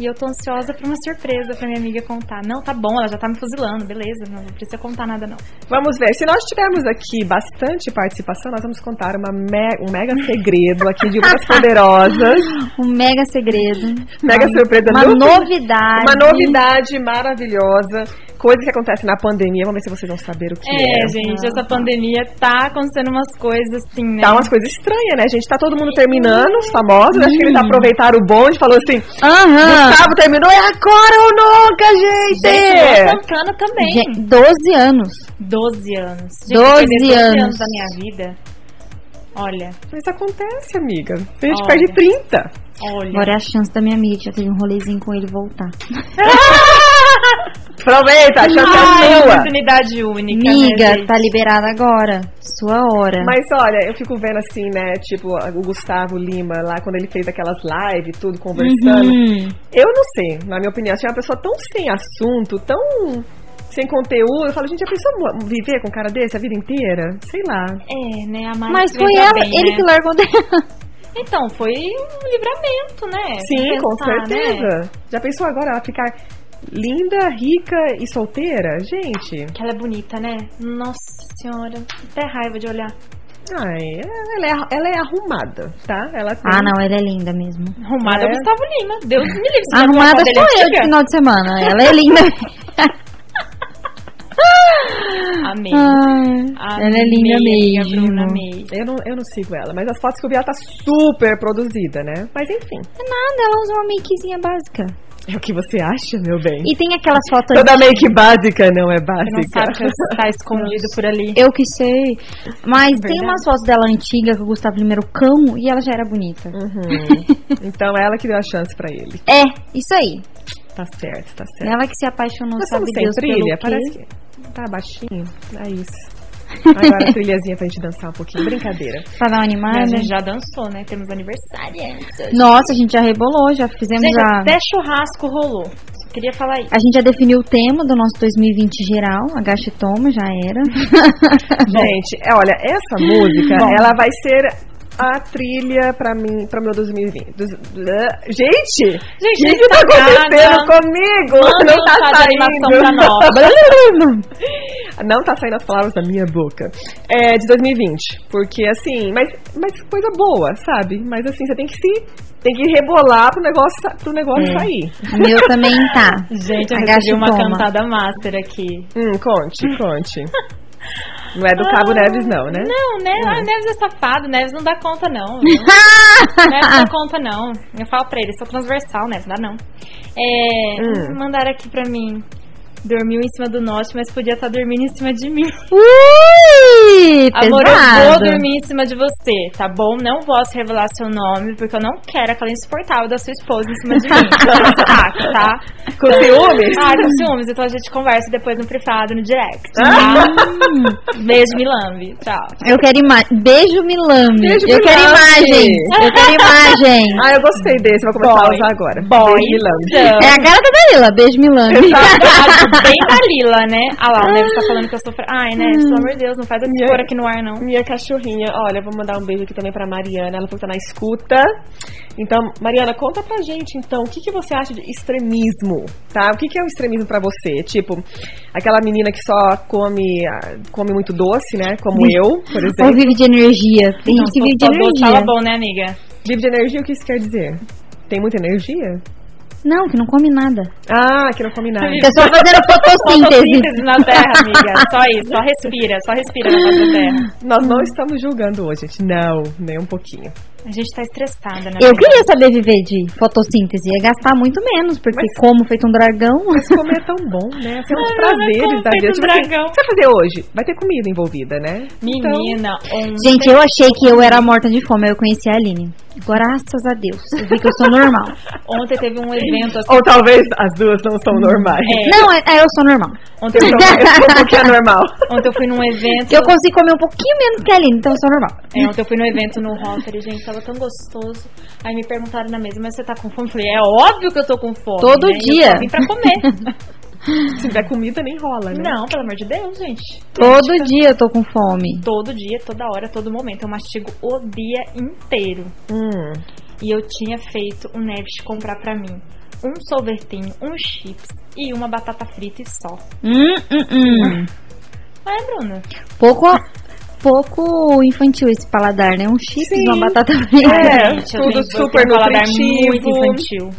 E: E eu tô ansiosa pra uma surpresa pra minha amiga contar. Não, tá bom, ela já tá me fuzilando, beleza. Não precisa contar nada, não.
C: Vamos ver. Se nós tivermos aqui bastante participação, nós vamos contar uma me- um mega segredo aqui de umas poderosas.
F: Um mega segredo.
C: Mega
F: Uma-
C: surpresa
F: Uma
C: no-
F: novidade.
C: Uma novidade maravilhosa. Coisa que acontece na pandemia. Vamos ver se vocês vão saber o que é.
E: É, gente, essa pandemia tá acontecendo umas coisas assim, né?
C: Tá umas coisas estranhas, né, gente? Tá todo mundo terminando, os famosos. Acho que eles aproveitaram o bonde e falou assim:
F: Aham.
C: Gustavo terminou, é agora ou nunca, gente!
E: Gente, Luan Santana também.
F: Gente, 12 anos.
E: 12 anos.
F: 12
E: perder
F: anos.
E: da minha vida. Olha,
C: Mas acontece, amiga. A gente
E: Olha.
C: perde 30.
E: olha.
F: Agora é a chance da minha amiga que já teve um rolezinho com ele voltar.
C: Aproveita, a chance
E: Ai,
C: é sua.
E: oportunidade única. né,
F: Amiga,
E: gente?
F: tá liberada agora. Sua hora.
C: Mas olha, eu fico vendo assim, né? Tipo, o Gustavo Lima lá, quando ele fez aquelas lives, tudo, conversando.
F: Uhum.
C: Eu não sei, na minha opinião, assim, é uma pessoa tão sem assunto, tão sem conteúdo. Eu falo, gente, a pessoa mo- viver com um cara desse a vida inteira? Sei lá.
E: É, né? A Mari
F: Mas
E: que
F: foi
E: vem
F: ela,
E: também,
F: ele
E: né?
F: que largou dela.
E: Então, foi um livramento, né?
C: Sim,
E: Tem que
C: com
E: pensar,
C: certeza.
E: né?
C: Já pensou agora ela ficar linda, rica e solteira? Gente,
E: Que ela é bonita, né? Nossa senhora. Até raiva de olhar.
C: ai, ela é, ela é arrumada, tá? Ela tem
F: Ah, não, ela é linda mesmo.
E: Arrumada é o
C: É.
E: Gustavo Lima. Deus me livre. você viu uma
F: Arrumada
E: foto dele
F: sou eu de
E: é antiga?
F: final de semana. Ela
E: [LAUGHS]
F: é linda.
E: Amei.
F: Ah, ela é linda
E: Amei, amiga
F: mesmo.
E: Bruna, amei.
C: Eu não, eu não sigo ela, mas as fotos que eu vi, ela tá super produzida, né? Mas enfim,
F: É nada, ela usa uma makezinha básica.
C: é o que você acha, meu bem?
F: E tem aquelas fotos.
C: Toda make básica não é
E: Você não
C: básica.
E: sabe o que tá escondido por ali.
F: Eu que sei. Mas
E: É Verdade.
F: tem umas fotos dela antiga que o Gustavo Lima era o cão e ela já era bonita.
C: Uhum. Então ela que deu a chance pra ele.
F: É, isso aí.
C: Tá certo, tá certo.
F: Ela que se apaixonou,
C: Nós
F: sabe
C: estamos sem
F: Deus pelo
C: trilha,
F: quê.
C: parece que... Tá baixinho? É isso. Agora a trilhazinha pra gente dançar um pouquinho.
F: [LAUGHS]
C: Brincadeira.
F: Pra dar uma
E: A
F: animada.
E: gente já dançou, né? Temos aniversário antes hoje.
F: Nossa, a gente já rebolou, já fizemos
E: Gente,
F: a.
E: até churrasco rolou. Só queria falar isso.
F: A gente já definiu o tema do nosso 2020 geral, a gastitoma já era. [LAUGHS]
C: Gente, é, olha, essa música, ela vai ser a trilha pra mim, pra meu 2020. Dos- blá. Gente! O
E: Gente,
C: que, que tá acontecendo comigo?
E: Manda
C: não tá
E: um quadro de animação pra
C: saindo. [LAUGHS] não tá saindo as palavras da minha boca. É de 2020. Porque assim, mas, mas coisa boa, sabe? Mas assim, você tem que se. Tem que rebolar pro negócio, sa- pro
E: Hum.
C: negócio sair.
F: O meu também tá.
E: Gente, eu
F: A
E: recebi uma
F: gastritoma.
E: cantada master aqui.
C: Hum, conte,
E: [LAUGHS]
C: conte. Não é do Cabo Neves, não, né?
E: Não, Ah, né? Ah, Neves é safado, Neves não dá
C: [LAUGHS]
E: conta, não. viu? Neves não dá conta, não. Eu falo pra ele, sou transversal, Neves, dá não. É,
C: Hum.
E: Mandaram aqui pra mim. Dormiu em cima do norte, mas podia estar dormindo em cima de mim.
F: Ui!
E: Amor, eu vou
F: Pesado.
E: dormir em cima de você, tá bom? Não posso revelar seu nome, porque eu não quero aquela insuportável da sua esposa em cima de
C: [LAUGHS]
E: mim. Saca, tá?
C: Com ciúmes?
E: Ah, com ciúmes. Então a gente conversa depois no privado, no direct. Tá? Beijo, Milambi. Tchau.
F: Eu quero imagem. Beijo, Milame.
C: Beijo,
F: eu quero
C: Milame.
F: imagens. Eu
E: [LAUGHS]
F: quero imagens.
C: Ah, eu gostei desse, vou começar a
E: Boy.
C: usar agora.
E: Boy.
C: Beijo, Milano.
E: Então,
F: É a cara da Dalila. Beijo, Milame.
E: Saudade, bem Dalila, né? Ah lá, o Neves tá falando que eu sou. fra- Ai, né? Pelo amor de Deus, não faz essa
C: Minha-
E: cor aqui no ar, não.
C: Minha cachorrinha, olha, eu vou mandar um beijo aqui também pra Mariana, ela falou que tá na escuta. Então, Mariana, conta pra gente, então, o que, que você acha de extremismo, tá? O que, que é o extremismo pra você? Tipo, aquela menina que só come, ah, come muito doce, né? Como eu, por
F: Ou
C: exemplo.
F: vive de energia. Tem gente que vive de
E: Só doce
F: energia.
E: tava bom, né, amiga?
C: Vive de energia, o que isso quer dizer? Tem muita energia?
F: Não, que não come
E: [LAUGHS]
F: nada.
C: Ah, que não come nada.
F: Que é só fazendo fotossíntese.
E: Fotossíntese na terra, amiga. Só isso, só respira, só respira na face da terra.
C: Nós não estamos julgando hoje, gente. Não, nem um pouquinho.
E: A gente tá estressada, né?
F: Eu
E: amiga?
F: queria saber viver de fotossíntese. Ia gastar muito menos, porque como feito
E: [LAUGHS]
F: um dragão.
C: Mas comer é tão bom, né? Assim, é um
E: Não, não, não,
C: prazeres
E: como
C: da
E: Ah, feito
C: vida.
E: um
C: Tipo assim, o
E: dragão.
C: que você vai fazer hoje? Vai ter comida envolvida, né? Então,
E: Menina, ontem.
F: Gente, eu achei que eu era morta de fome, aí eu conheci a Aline. Graças a Deus. Eu vi que eu sou normal.
E: Ontem teve um evento assim.
C: Ou talvez as duas não são normais.
E: [LAUGHS] É.
F: Não, é, é, eu sou normal.
E: Ontem
C: Eu
E: eu,
C: sou eu sou um pouquinho anormal.
E: ontem eu fui num evento.
F: Eu consigo comer um pouquinho menos que a Aline, então eu sou normal.
E: É, ontem eu fui num evento no Rotary, gente, tava tão gostoso. Aí me perguntaram na mesa, mas você tá com fome? Eu falei, é óbvio que eu tô com fome.
F: Todo
E: né? E
F: dia.
E: Eu só vim pra
F: [LAUGHS]
E: comer.
C: Se tiver comida, nem rola, né?
E: Não, pelo amor de Deus, gente.
F: Todo dia eu tô com fome.
E: Todo dia, toda hora, todo momento. Eu mastigo o dia inteiro.
C: Hum.
E: E eu tinha feito o Neves comprar pra mim um sorvetinho, um chips e uma batata frita e só.
F: Hum, hum, hum.
E: É, Bruna?
F: Pouco, pouco infantil esse paladar, né? Um chips,
C: Sim.
F: uma batata frita.
C: É,
E: Gente, eu
C: tudo
E: tenho- eu
C: super
E: tenho um paladar
C: nutritivo.
E: Muito infantil.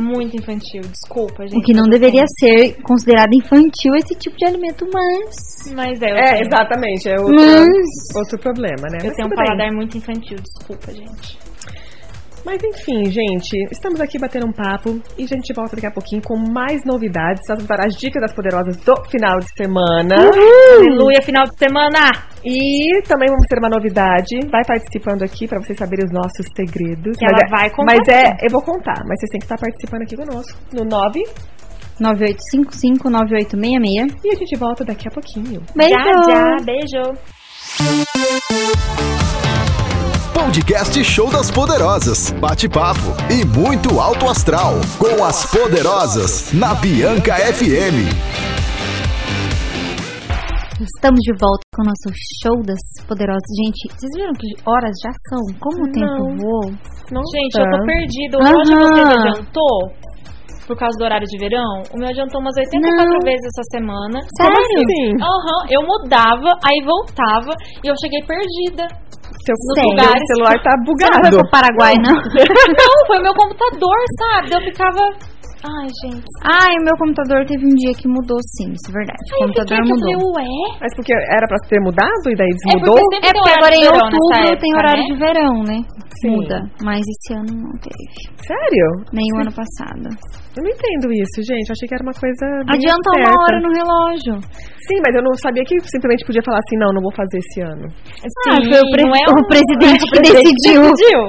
E: Muito infantil. Desculpa, gente.
F: O que não
E: mas eu
F: deveria ser considerado infantil esse tipo de alimento, mas.
E: tenho. Mas é, eu
C: É,
E: tenho.
C: exatamente. É outro,
F: Mas.
C: outro problema,
F: É
C: né?
E: Eu
C: Mas
E: tenho um
C: tudo bem.
E: paladar muito infantil, desculpa, gente.
C: Mas enfim, gente, estamos aqui batendo um papo e a gente volta daqui a pouquinho com mais novidades. Nós vamos dar as dicas das poderosas do final de semana.
F: Hum.
E: Aleluia, final de semana!
C: E também vamos ter uma novidade. Vai participando aqui pra vocês saberem os nossos segredos.
E: Que ela
C: é-
E: vai contar.
C: Mas é, eu vou contar, mas vocês têm que estar participando aqui conosco no 9
F: 9855-9866.
C: e a gente volta daqui a pouquinho.
F: Beijo!
E: Já, já, beijo!
A: Podcast Show das Poderosas. Bate-papo e muito alto astral. Com as Poderosas na Bianca FM.
F: Estamos de volta com o nosso show das poderosas. Gente, vocês viram que horas já são? Como o tempo
C: Não.
F: voa?
E: Gente, eu tô perdida. Hoje
F: Aham.
E: você me adiantou, por causa do horário de verão, o meu adiantou umas 84
F: Não.
E: vezes essa semana. assim?
F: Sério?
C: Sim,
E: Aham, eu mudava, aí voltava e eu cheguei
F: [LAUGHS]
E: perdida.
C: seu
E: Sério?
C: lugares, o celular tá
F: Você não
C: bugado.
F: foi pro Paraguai, não? [LAUGHS]
E: Não, foi meu computador, sabe? Eu ficava. Ai, gente.
F: Ai, o meu computador teve um dia que mudou sim, isso é verdade. O
E: Aí eu fiquei
F: computador
E: aqui, eu falei,
F: mudou.
E: ué?
C: Mas porque era pra ter mudado e daí
E: É
C: desmudou?
E: porque sempre
F: É
E: tem
F: porque
E: horário
F: agora
E: de
F: em
E: verão nessa
F: outubro
E: época,
F: tem horário
E: né?
F: de verão, né?
C: Sim.
F: Muda. Mas esse ano não teve.
C: Sério?
F: Nem o ano passado.
C: Eu não entendo isso, gente. Eu achei que era uma coisa. bem
F: Adianta uma
C: certa.
F: hora no relógio.
C: Sim, mas eu não sabia que simplesmente podia falar assim, não, não vou fazer esse ano.
F: ah,
E: Sim,
F: foi o, pre-
E: não é
F: [LAUGHS] o
E: um- [LAUGHS]
F: presidente que
C: [LAUGHS]
F: decidiu
E: Decidiu.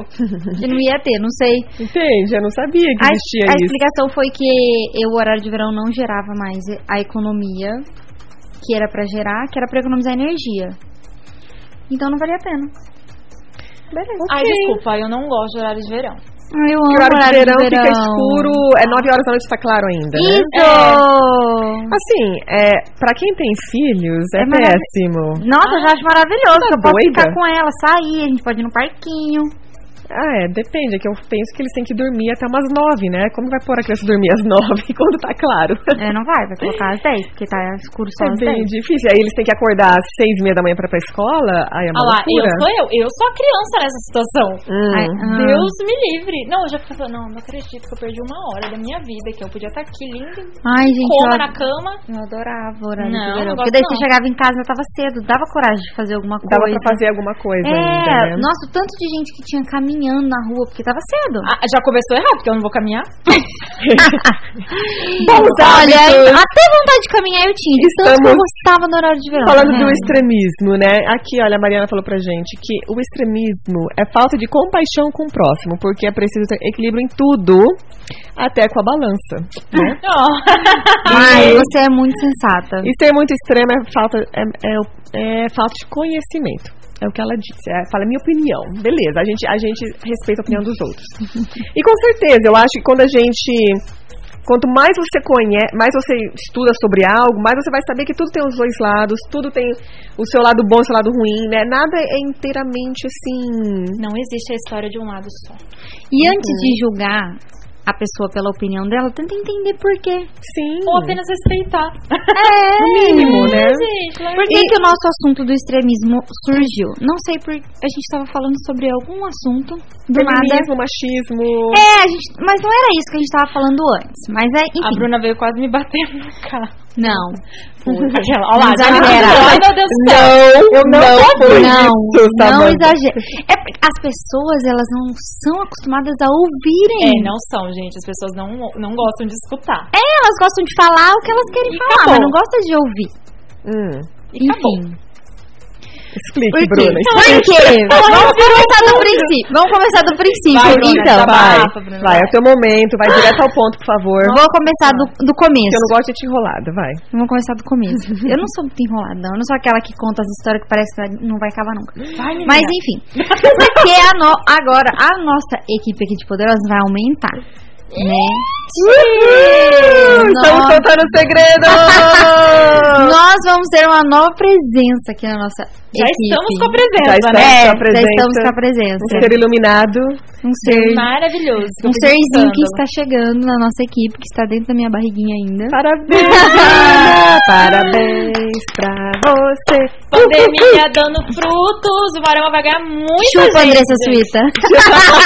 F: que não ia ter, não sei.
C: Entende? Eu não sabia que
F: A,
C: existia
F: a
C: isso.
F: explicação foi que eu, o horário de verão não gerava mais a economia que era pra gerar, que era pra economizar energia. Então não valia a pena.
C: Beleza.
E: Ai, desculpa, eu não gosto de horário de verão.
F: Ah, eu
C: O
F: amo
C: horário de verão, fica escuro, é 9 horas da noite, tá claro ainda, né?
F: Isso!
C: Assim, é, pra quem tem filhos, é,
F: É maravilhoso.
C: péssimo.
F: Nossa, eu já acho maravilhoso.
C: Tá
F: que eu posso
C: doida?
F: ficar com ela, sair, a gente pode ir no parquinho.
C: Ah, é, depende. É que eu penso que eles têm que dormir até umas 9, né? Como vai pôr a criança dormir às [LAUGHS] 9 quando tá claro? [LAUGHS]
F: É, não vai, vai colocar às 10, porque tá escuro só
C: É
F: às 10.
C: bem difícil. Aí eles têm que acordar às 6 e meia da manhã pra ir pra escola. Aí é uma
E: Ah lá, eu
C: loucura.
E: sou eu, eu sou a criança nessa situação.
C: Hum.
F: Ai, Tá ah.
E: Deus me livre. Não, eu já fico falando, não, não acredito que eu perdi uma hora da minha vida, que eu podia estar aqui linda, em
F: Ai, gente,
E: coma
F: eu,
E: na cama.
F: eu adorava horário
E: Não,
F: de verão.
E: não
F: Porque daí
E: gosto
F: você
E: não.
F: chegava em casa, tava cedo, dava coragem de fazer alguma coisa.
C: Dava pra fazer alguma coisa
F: É,
C: ainda, né?
F: nossa, o tanto de gente que tinha caminhando na rua, porque tava cedo.
E: Ah, já começou errado, porque eu não vou caminhar.
C: Bons
F: Olha,
C: hábitos.
F: até vontade de caminhar eu tinha, de tanto que eu
C: Estamos
F: gostava no horário de verão.
C: Falando um
F: tá
C: do
F: vendo?
C: extremismo, né? Aqui, olha, a Mariana falou pra gente que o extremismo é falta de compaixão com o próximo, porque é preciso ter equilíbrio em tudo, até com a balança.
F: [LAUGHS]
C: né?
E: Ó,
F: Ai, você é muito sensata.
C: E ser muito extremo é falta, é, é- é falta de conhecimento. É o que ela disse. É, fala minha opinião. Beleza, a gente, a gente respeita a opinião dos outros. E com certeza, eu acho que quando a gente. Quanto mais você conhece, mais você estuda sobre algo, mais você vai saber que tudo tem os dois lados, tudo tem o seu lado bom e o seu lado ruim, né? Nada é inteiramente assim.
E: não existe a história de um lado só.
F: E antes de julgar a pessoa pela opinião dela, tenta entender por quê.
C: Sim.
E: Ou apenas respeitar.
F: [LAUGHS] É,
C: No mínimo, né?
E: Gente, é
F: Por que, que o nosso assunto do extremismo surgiu? Não sei por a gente tava falando sobre algum assunto do nada.
C: Feminismo, machismo.
F: É, a gente, mas não era isso que a gente tava falando antes. Mas é,
E: A
F: enfim.
E: Bruna veio quase me bater no carro.
F: Não.
E: Aquela, ó [LAUGHS] lá,
F: Não
E: já me
F: exagera.
E: bateu. Ai, meu Deus do céu.
C: eu não, foi
F: não,
C: isso,
F: não
C: Samantha.
F: exagero. É porque as pessoas, elas não são acostumadas a
E: É,
F: ouvirem.
E: não são, gente. As pessoas não, não gostam de escutar.
F: É, elas gostam de falar o que elas querem falar,
E: acabou.
F: mas não gostam de ouvir.
C: Hum,
F: Enfim.
C: explique,
F: Por quê? Então,
C: Bruna.
F: Por quê? é Vamos começar do princípio. Vamos começar do princípio.
E: Vai, Bruna,
F: então,
E: desabafa.
C: Vai,
E: Rafa, Bruna,
C: vai, é o teu momento, vai direto ao ponto, por favor.
F: vou começar do, do
C: Porque
F: começo.
C: eu não gosto de te enrolada, vai.
F: Vamos começar do começo. Eu não sou muito enrolada, não. Eu não sou aquela que conta as histórias que parece que vai- não vai acabar nunca. Mas enfim. Porque a no- agora a nossa equipe aqui de Poderosa vai aumentar. Né? Nós-
C: Estamos contando o segredo!
F: Nós vamos ter uma nova presença aqui na nossa
E: Já
F: equipe. É,
E: estamos com a
C: Já
E: presença,
C: estamos
E: né?
C: com a
F: Já
C: presença.
F: estamos com a presença.
C: Um ser iluminado.
F: Um ser
E: Maravilhoso.
F: Um serzinho que está chegando na nossa equipe, que está dentro da minha barriguinha ainda.
C: Parabéns, Bruna! Parabéns pra você!
E: Pandemia dando frutos. O Varama vai ganhar muito
F: Chupa,
E: gente.
F: Andressa
C: [LAUGHS]
F: Suíta.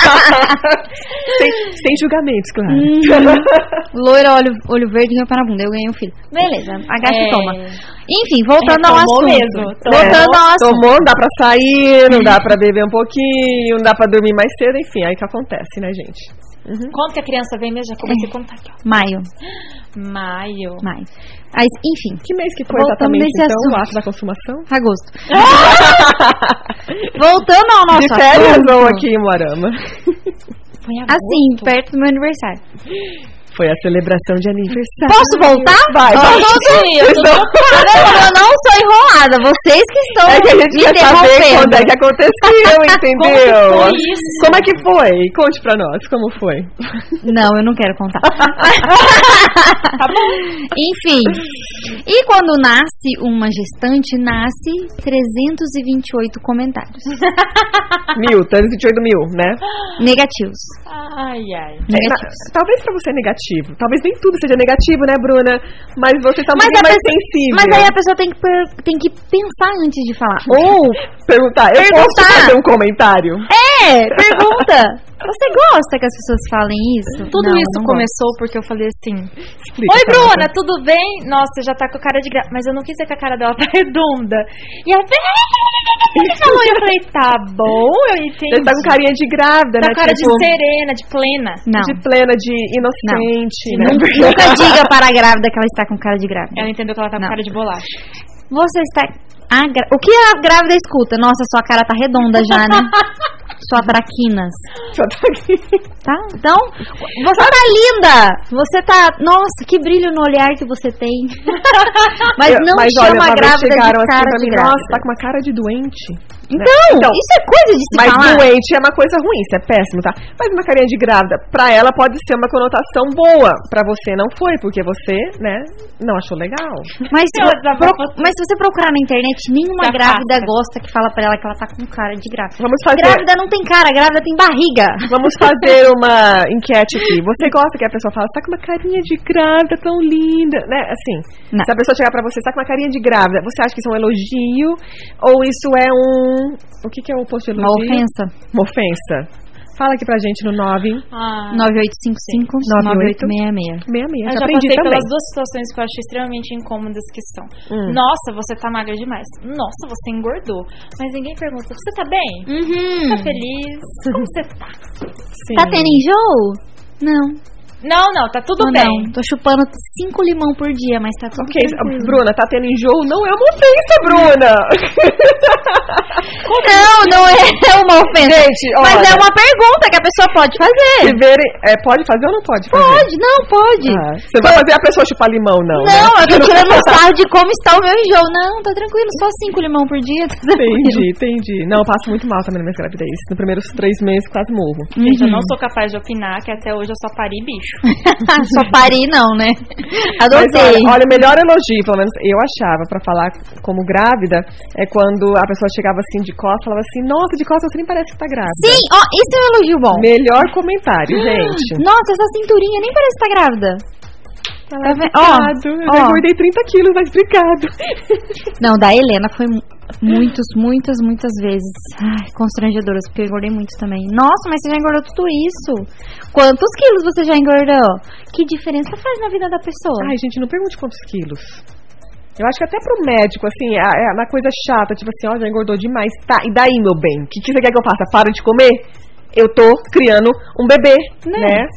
C: [LAUGHS] sem, sem julgamentos, claro. Né?
F: Loira, olho, olho verde, ganhou para a bunda. Eu ganhei um filho. Beleza, agacha e
E: É.
F: toma. Enfim, voltando
E: É,
F: ao
E: tomou
F: assunto.
E: mesmo, tomou.
F: Voltando ao assunto.
C: Tomou, não dá pra sair, não dá pra beber um pouquinho, não dá pra dormir mais cedo, enfim, aí que acontece, né, gente?
E: Quando que a criança vem mesmo? Já comecei a contar aqui, ó.
F: Maio,
E: Maio.
F: maio. Mas, enfim,
C: Que mês que foi
F: Voltando
C: exatamente,
F: nesse
C: então,
F: assunto.
C: o ato da consumação? [LAUGHS]
F: agosto. voltando ao
C: De
F: nosso
C: férias
F: assunto.
C: ou aqui em Moarama?
E: Foi em agosto.
F: Assim, perto do meu aniversário.
C: Foi a celebração de aniversário.
F: Posso voltar?
C: Tá. Vai,
F: Eu
C: vai. [LAUGHS]
F: não sou-
C: Vocês não-
F: [LAUGHS] Tá vendo? Eu não sou enrolada, vocês que estão
C: É que a gente
F: me
C: quer saber quando
F: interrompendo.
C: é que
F: [LAUGHS]
C: aconteceu, entendeu?
E: Como que foi isso?
C: Como é que foi? Conte pra nós, como foi?
F: Não, eu não quero contar.
C: [LAUGHS]
F: Tá Enfim. E quando nasce uma gestante, nasce 328 comentários.
C: Mil, 328 mil, né?
F: Negativos.
E: Ai, ai.
C: É, ta-
F: Negativos.
C: talvez pra você é negativo. Talvez nem tudo seja negativo, né, Bruna? Mas você tá muito
F: a
C: mais
F: pessoa-
C: sensível.
F: mas aí a pessoa tem que, per- tem que pensar antes de falar.
C: Ou perguntar, eu posso
F: Perguntar.
C: fazer um comentário?
F: É, pergunta. Você gosta que as pessoas falem isso?
E: Tudo
F: Não,
E: isso
F: não gosto.
E: começou porque eu falei assim:
C: Explica,
E: Oi,
C: Tabata.
E: Bruna,
F: tá?"
E: tudo bem? Nossa, já tá com a cara de graça. Mas eu não quis dizer que a cara dela [LAUGHS] tá redonda. E ela fez. Ele falou, e eu falei: Tá bom, eu entendi.
C: Você tá com carinha de grávida,
E: Tá
C: né?
E: com cara
C: tipo,
E: de serena, de plena.
F: Não.
C: de plena, de inocente, né?
F: Nunca
C: [LAUGHS]
F: diga para a grávida que ela está com cara de grávida.
E: Ela entendeu que ela tá com
F: Não.
E: cara de bolacha. [LAUGHS]
F: Você está. a gra- O que a grávida escuta? Nossa, sua cara tá redonda já, né? sua traquinas.
C: Só tá aqui.
F: Tá? Então, você tá linda! Você tá. Nossa, que brilho no olhar que você
C: [LAUGHS]
F: tem. mas
C: Eu-
F: não
C: olha,
F: chama
C: uma
F: a
C: vez
F: grávida
C: chegaram
F: de
C: assim
F: cara
C: pra
F: de
C: mim,
F: grávida.
C: Nossa, tá com uma cara de doente. né?
F: Então,
C: Então,
F: isso é coisa de se
C: Mas
F: falar.
C: doente é uma coisa ruim, isso é péssimo, tá? Mas uma carinha de grávida, pra ela pode ser uma conotação boa. Pra você não foi, porque você, né, não achou legal.
F: Mas,
E: Eu tava
F: pro-
E: falando.
F: mas se você procurar na internet, nenhuma
E: Se
F: grávida
E: afasta.
F: gosta que fala pra ela que ela tá com cara de grávida.
C: Vamos fazer,
F: Grávida não tem cara, grávida tem barriga.
C: vamos fazer uma enquete aqui. Você gosta que a pessoa fala, você tá com uma carinha de grávida tão linda, né? Assim,
F: Não.
C: se a pessoa chegar pra você, você tá com uma carinha de grávida, você acha que isso é um elogio? Ou isso é um... O que, que é o oposto de elogio?
F: Uma ofensa.
C: Uma ofensa. Fala aqui pra gente no 9...
E: Ah,
F: 9855-9866.
C: Meia, meia.
E: eu já
C: aprendi
E: passei
C: também.
E: pelas duas situações que eu achei extremamente incômodas que são.
C: Hum.
E: Nossa, você tá magra demais. Nossa, você engordou. Mas ninguém pergunta, você tá bem?
F: Uhum.
E: Tá feliz? Como você tá?
C: Sim.
F: Tá tendo enjoo? Não.
E: Não, não, tá tudo
F: não,
E: bem.
F: não. Tô chupando cinco limão por dia, mas tá tudo
C: Ok,
F: tranquilo.
C: Bruna, tá tendo enjoo? Não é uma ofensa,
F: [LAUGHS]
C: Bruna!
F: Não, não é uma ofensa. mas
C: assim? olha.
F: é uma pergunta que a pessoa pode
C: Se
F: fazer.
C: verem, é, pode fazer ou não pode fazer?
F: Pode, não, pode.
C: Ah, você vai fazer a pessoa chupar limão, não? né?
F: Não, eu tô
C: [LAUGHS]
F: tirando um sarro de como está o meu enjoo. Não, tá tranquilo, só cinco limão por dia. tá tranquilo.
C: Entendi, entendi. Não, eu passo muito mal também na minha gravidez. Nos primeiros três meses quase morro.
E: Gente,
F: Uhum.
E: eu não sou capaz de opinar que até hoje eu só pari bicho.
F: [LAUGHS] Só parei não, né?
C: Mas
F: Adotei.
C: olha, olha, o melhor elogio, pelo menos eu achava, pra falar como grávida, é quando a pessoa chegava assim de costas, falava assim, nossa, de costas você nem parece que tá grávida.
F: Sim, ó, isso é um elogio bom.
C: Melhor comentário, gente.
F: Nossa, essa cinturinha nem parece que tá grávida. Tá vendo? Ó,
C: Obrigado, eu já
F: ó.
C: engordei 30 quilos, mas obrigado.
F: Não, da Helena foi mu- muitas, muitas, muitas vezes. Ai, constrangedoras, porque eu engordei muito também. Nossa, mas você já engordou tudo isso. Quantos quilos você já engordou? Que diferença faz na vida da pessoa?
C: Ai, gente, não pergunte quantos quilos. Eu acho que até pro médico, assim, é, é uma coisa chata, tipo assim, ó, já engordou demais. Tá, e daí, meu bem? O que, que você quer que eu faça? Paro de comer? Eu tô criando um bebê, né?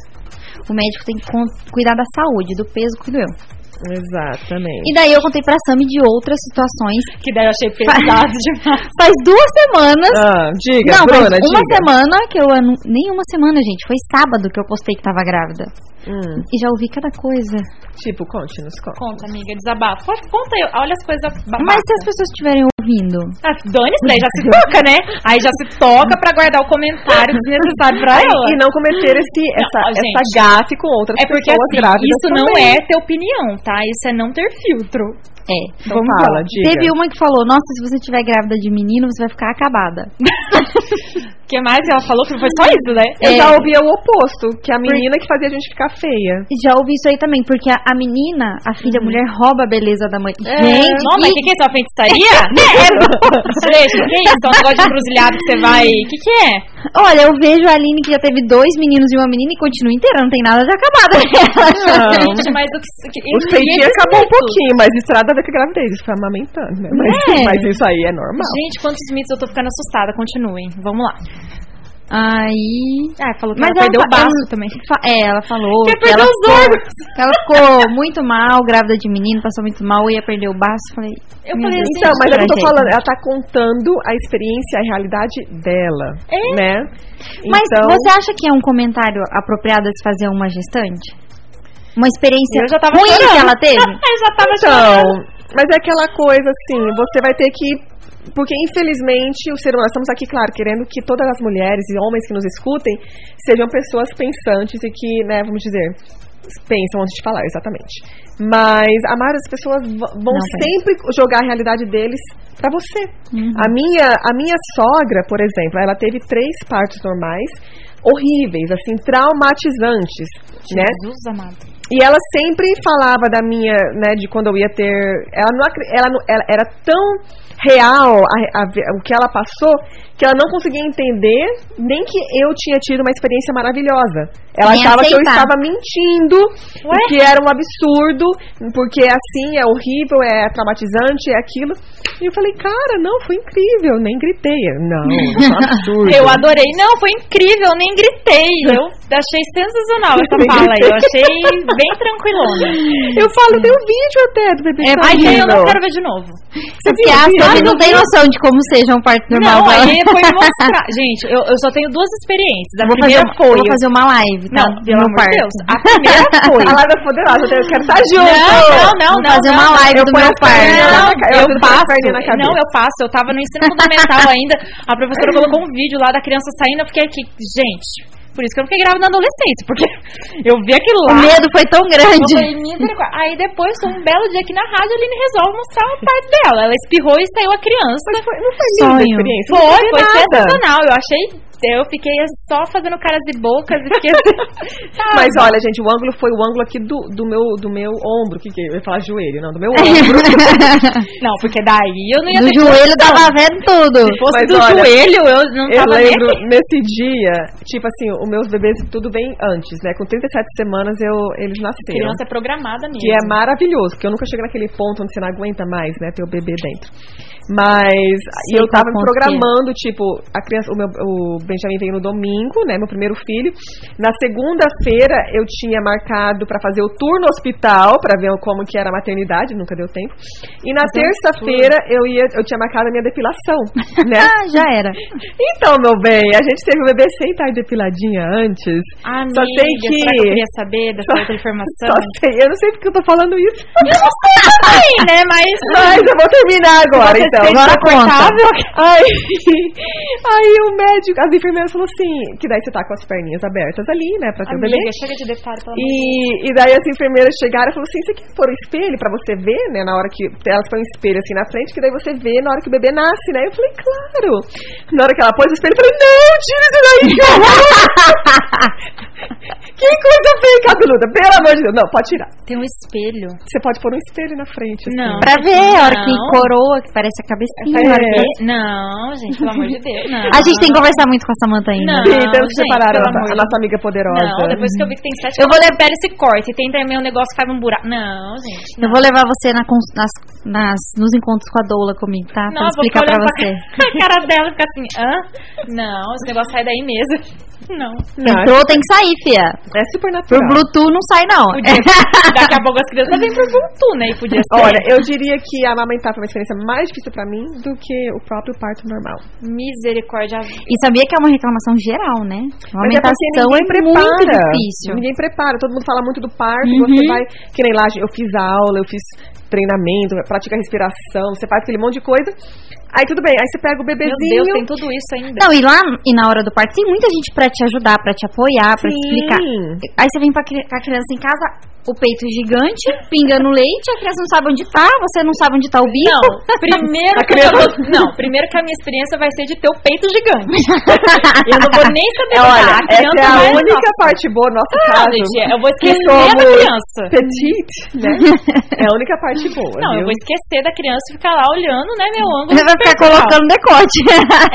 F: O médico tem que con- cuidar da saúde, do peso, cuido eu.
C: Exatamente.
F: E daí eu contei pra Sammy de outras situações.
C: [LAUGHS]
E: Que daí eu achei pesado demais.
F: Faz duas semanas
C: Ah, diga,
F: não, mas
C: Bruna,
F: uma
C: diga.
F: semana que eu anu... Nem uma semana, gente. Foi sábado que eu postei que tava grávida.
C: Hum,
F: E já ouvi cada coisa.
C: tipo, conte-nos, conte.
E: Conta, amiga, desabafo. Pode- Conta aí, olha as coisas babacas.
F: Mas se as pessoas estiverem ouvindo.
E: Ah, dane-se, daí já se toca, né? Aí já se toca pra guardar o comentário desnecessário pra ela.
C: E não cometer esse, essa,
E: ó, gente,
C: essa gafe com outras
E: É porque
C: pessoas
E: assim,
C: grávidas
E: isso não
C: também.
E: é ter opinião, tá? Isso é não ter filtro.
F: É.
C: Então fala, diga.
F: Teve uma que falou: Nossa, se você estiver grávida de menino, você vai ficar acabada.
E: O [LAUGHS] que mais ela falou que foi só isso, né?
C: Eu
F: É.
C: já ouvi o oposto, que a menina que fazia a gente ficar feia.
F: E Já ouvi isso aí também, porque a, a menina, a filha, a mulher, rouba a beleza da mãe. Gente,
E: Uhum. não, É. mas o que,
F: que-
E: que é isso? Uma feitiçaria? é, gente, o que é isso? É um negócio de encruzilhado que você vai. O que, que é?
F: olha, eu vejo a Aline que já teve dois meninos e uma menina e continua inteira, não tem nada de acabada nela.
C: Não.
E: Gente, mas o que. o que-
C: Os
E: e- e
C: peitinhos
E: esses
C: acabou um
E: mitos?
C: pouquinho, mas isso nada a ver com a gravidez, isso foi amamentando, né? Mas,
F: É.
C: mas isso aí é normal.
E: Gente, quantos mitos eu tô ficando assustada. Continuem. Vamos lá.
F: [LAUGHS] Aí.
E: Ah, falou que
F: Mas
E: ela perdeu
F: ela
E: o
F: fa-
E: baço
F: ela-
E: também.
F: fa- É, ela falou.
E: Quer
F: que ela,
E: perder os
F: ficou,
E: olhos.
F: que ela ficou muito mal, grávida de menino, passou muito mal, ia perder o baço. Falei.
E: Eu
F: meu
E: falei
F: Deus,
E: assim,
C: Então, mas é o que eu tô
F: trajeto.
C: falando, ela tá contando a experiência, a realidade dela,
E: É.
C: né?
F: Mas
C: então,
F: você acha que é um comentário apropriado a se fazer uma gestante? Uma experiência
E: Eu já tava
F: ruim
E: chorando. Né?
F: que ela teve?
E: [LAUGHS] Eu já tava
C: então, mas é aquela coisa assim, você vai ter que porque infelizmente o ser humano, nós estamos aqui, claro, querendo que todas as mulheres e homens que nos escutem sejam pessoas pensantes e que, né, vamos dizer, pensam antes de falar, exatamente. Mas a maioria das pessoas v- vão
F: Não pensa.
C: sempre jogar a realidade deles pra você.
E: Uhum.
C: A minha, a minha sogra, por exemplo, ela teve três partos normais horríveis, assim, traumatizantes, né?
E: Jesus amado.
C: E ela sempre falava da minha, né, de quando eu ia ter. Ela não, acre- ela não- ela era tão real a- a ve- o que ela passou que ela não conseguia entender nem que eu tinha tido uma experiência maravilhosa. Ela
F: Nem
C: achava que eu
F: aceitar.
C: estava mentindo,
E: Ué?
C: que era um absurdo, porque é assim, é horrível, é traumatizante, é aquilo. E eu falei, cara, não, foi incrível, nem gritei. Eu, Não, isso é um absurdo.
E: Eu adorei. Não, foi incrível, eu nem gritei. Eu achei sensacional essa fala aí. Eu achei bem tranquilona.
C: Eu falo, tem um vídeo até do bebê
E: É, mas aí eu não quero ver de novo.
F: Porque a Sophie assim, não tem noção de como seja um parto
E: não,
F: normal. vai lá.
E: aí
F: [LAUGHS]
E: foi me mostrar. Gente, eu, eu só tenho duas experiências. A
F: vou fazer,
E: primeira foi.
F: vou fazer uma live, tá?
E: Não, pelo
F: no
E: amor
F: parto.
E: de Deus. A [LAUGHS] primeira foi.
C: A live é poderosa, eu quero
E: Tá
C: estar junto.
E: Não, não, não,
F: Vou fazer
E: não,
F: uma
E: não,
F: live do meu parto.
E: Não, eu,
C: Eu passo.
E: passo. Não, eu passo. Eu tava no ensino fundamental ainda. A professora colocou um vídeo lá da criança saindo. Eu fiquei aqui, gente. Por isso que eu fiquei grávida na adolescência. Porque [LAUGHS] eu vi aquilo
F: O
E: lá.
F: medo foi tão
E: Eu
F: grande.
E: falei, "Misericórdia." Aí depois, um belo dia aqui na rádio, a Aline resolve mostrar uma parte dela. Ela espirrou e saiu a criança.
C: Não foi linda a
F: Sonho.
C: experiência. não
E: Foi,
C: teve
E: foi
C: nada.
E: sensacional. Eu achei. Eu fiquei só fazendo caras e bocas e fiquei assim. sabe?
C: Mas olha, gente, o ângulo foi o ângulo aqui do, do, meu, do meu ombro. que, que é? Eu ia falar joelho, não, do
E: [LAUGHS]
C: meu
F: [LAUGHS]
C: ombro.
E: Não, porque daí eu não ia
F: Do
E: ter
F: joelho
E: condição.
F: dava vendo tudo.
E: Se fosse
C: Mas
E: do
C: olha,
E: joelho, eu não
C: Eu
E: tava nem
C: lembro
E: aqui.
C: nesse dia, tipo assim, os meus bebês tudo bem antes, né? Com 37 semanas eu, eles nasceram.
E: Criança é programada mesmo.
C: Que é maravilhoso, porque eu nunca chego naquele ponto onde você não aguenta mais, né, ter o bebê dentro. Mas e eu
F: qual
C: tava me
F: ponto que é.
C: programando, tipo, a criança, o meu o Benjamin veio no domingo, né, meu primeiro filho. Na segunda-feira eu tinha marcado pra fazer o turno hospital, pra ver como que era a maternidade, nunca deu tempo. E na terça-feira eu ia eu tinha marcado a minha depilação,
E: é.
C: né?
F: Ah, já era.
C: Então, meu bem, a gente teve o bebê sem estar depiladinha antes.
E: Amiga,
C: Só sei que-
E: será que eu queria saber dessa [LAUGHS]
C: Só-
E: outra
F: Tá
E: informação?
C: Só sei, eu não sei porque eu tô falando isso.
E: Sim, né?
F: [LAUGHS]
E: Mas...
C: Mas eu vou terminar agora,
E: você
C: então.
E: sente
C: Agora [LAUGHS]
E: confortável?
C: Aí, aí o médico, as enfermeiras falaram assim, que daí você tá com as perninhas abertas ali, né, pra ter o bebê.
E: Amiga, chega de detalhe, pelo amor
C: E, e daí as enfermeiras chegaram e falaram assim, você quer pôr o espelho pra você ver, né, na hora que elas põem o espelho assim na frente, que daí você vê na hora que o bebê nasce, né? Eu falei, claro. Na hora que ela pôs o espelho, eu falei, não, tira isso daí, que horror! [LAUGHS] Que coisa feia, cabeluda, pelo amor de Deus. Não, pode tirar.
E: de- Tem um espelho.
C: Você pode pôr um espelho na frente. assim.
E: Não.
F: [LAUGHS] Pra ver, a hora que
E: Não.
F: coroa, que parece a cabecinha. a hora que-
E: E- É. Não, gente, pelo amor de Deus. Não.
F: É. A gente tem que conversar muito com a Samanta ainda.
E: Não.
C: Sim, temos que
E: gente,
C: separar Então, a
E: pelo
C: nossa,
E: amor
C: a
E: de-
C: nossa amiga poderosa.
E: Não, depois que eu vi que tem sete...
F: Eu vou
E: levar esse corte. E tem também um negócio que cai num buraco. Não, gente.
F: Eu vou levar você na cons- nas, nas, nos encontros com a doula comigo, tá?
E: Não, eu
F: pra
E: vou
F: explicar
E: ficar
F: pra
E: olhando
F: você.
E: pra [LAUGHS] ca- a cara dela e ficar assim, hã? Não, esse negócio sai daí mesmo. Não.
C: Não,
E: Então,
F: Entrou, tem que sair, fia.
C: é super
F: Por
C: natural.
F: Bluetooth não sai, não.
E: Podia, daqui a pouco as crianças vêm pro Ubuntu, né? E podia ser.
C: Olha, eu diria que amamentar foi uma experiência mais difícil pra mim do que o próprio parto normal.
E: Misericórdia.
F: [LAUGHS] E sabia que é uma reclamação geral, né? A
C: Mas é porque
F: alimentação é,
C: ninguém
F: muito
C: prepara.
F: difícil.
C: Ninguém prepara. Todo mundo fala muito do parto. Você
E: Uhum.
C: vai, que nem lá, eu fiz aula, eu fiz treinamento, pratica respiração, você faz aquele monte de coisa. Aí tudo bem. Aí você pega o
E: Meu
C: bebezinho.
E: Deus, tem tudo isso ainda.
F: Não, e lá e na hora do parto tem muita gente pra te ajudar, pra te apoiar, pra te explicar.
C: Sim.
F: Aí você vem pra, cri- com a criança em casa, o peito é gigante, pingando leite, a criança não sabe onde tá, você não sabe onde tá o bico.
C: [LAUGHS]
E: Não, primeiro,
F: [LAUGHS]
C: A
E: que
C: criança-
E: eu vou- não, primeiro que a minha experiência vai ser de ter o peito gigante. Eu não vou nem saber
C: É, olha,
E: nadar, a
C: essa
E: criança
C: é a
E: vai-
C: única
E: Nossa,
C: parte boa do nosso
E: não,
C: caso.
E: gente, é, eu vou
C: que
E: esquecer da
C: somos
E: criança.
C: petite,
E: [LAUGHS]
C: né? É a única parte boa.
E: Não, eu
C: viu?
E: vou esquecer da criança e ficar lá olhando, né, meu ângulo.
C: [LAUGHS]
F: Você vai ficar
E: vertical.
F: colocando decote.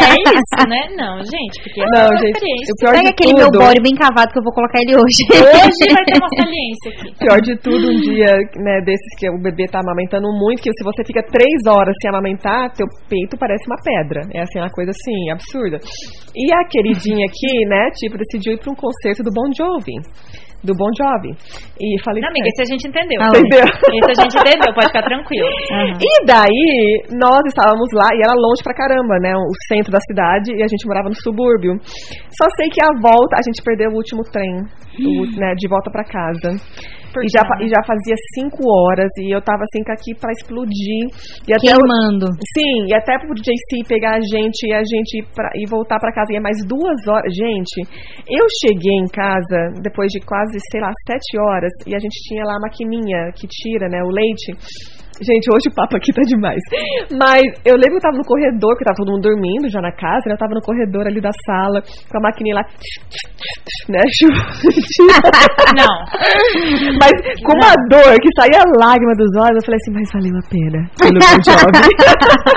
E: É isso, né? Não, gente, porque essa
C: Não,
E: é a
C: gente,
E: experiência.
C: o pior
F: Pega
C: de
F: aquele
C: tudo,
F: meu body bem cavado que eu vou colocar ele hoje.
E: Hoje vai ter uma saliência aqui.
C: pior de tudo um dia, né, desses que o bebê tá amamentando muito, que se você fica três horas sem amamentar, teu peito parece uma pedra. É assim, uma coisa assim, absurda. E a queridinha aqui, né, tipo, decidiu ir pra um concerto do Bon Jovi. Do Bon Jovi. E falei,
E: Não, amiga,
C: "Certo."
E: esse a gente entendeu.
F: Ah,
C: entendeu?
E: Esse a gente entendeu, pode ficar tranquilo.
C: E daí, nós estávamos lá, e era longe pra caramba, né? O centro da cidade, e a gente morava no subúrbio. Só sei que a volta, a gente perdeu o último trem, o ú- né, de volta pra casa. E já, fa- e já fazia cinco horas, e eu tava assim, com aqui pra explodir. E até o-
F: [LAUGHS] Queimando.
C: Sim, e até pro JC pegar a gente e a gente ir pra, e voltar pra casa e é mais duas horas. Gente, eu cheguei em casa depois de quase, sei lá, sete horas e a gente tinha lá a maquininha que tira, né, o leite. Gente, hoje o papo aqui tá demais. Mas eu lembro que eu tava no corredor, porque tava todo mundo dormindo já na casa, né? Eu tava no corredor ali da sala, com a maquininha lá, né? [LAUGHS]
E: Não,
C: Mas com uma dor que saía lágrima dos olhos, eu falei assim, mas valeu a pena. Pelo meu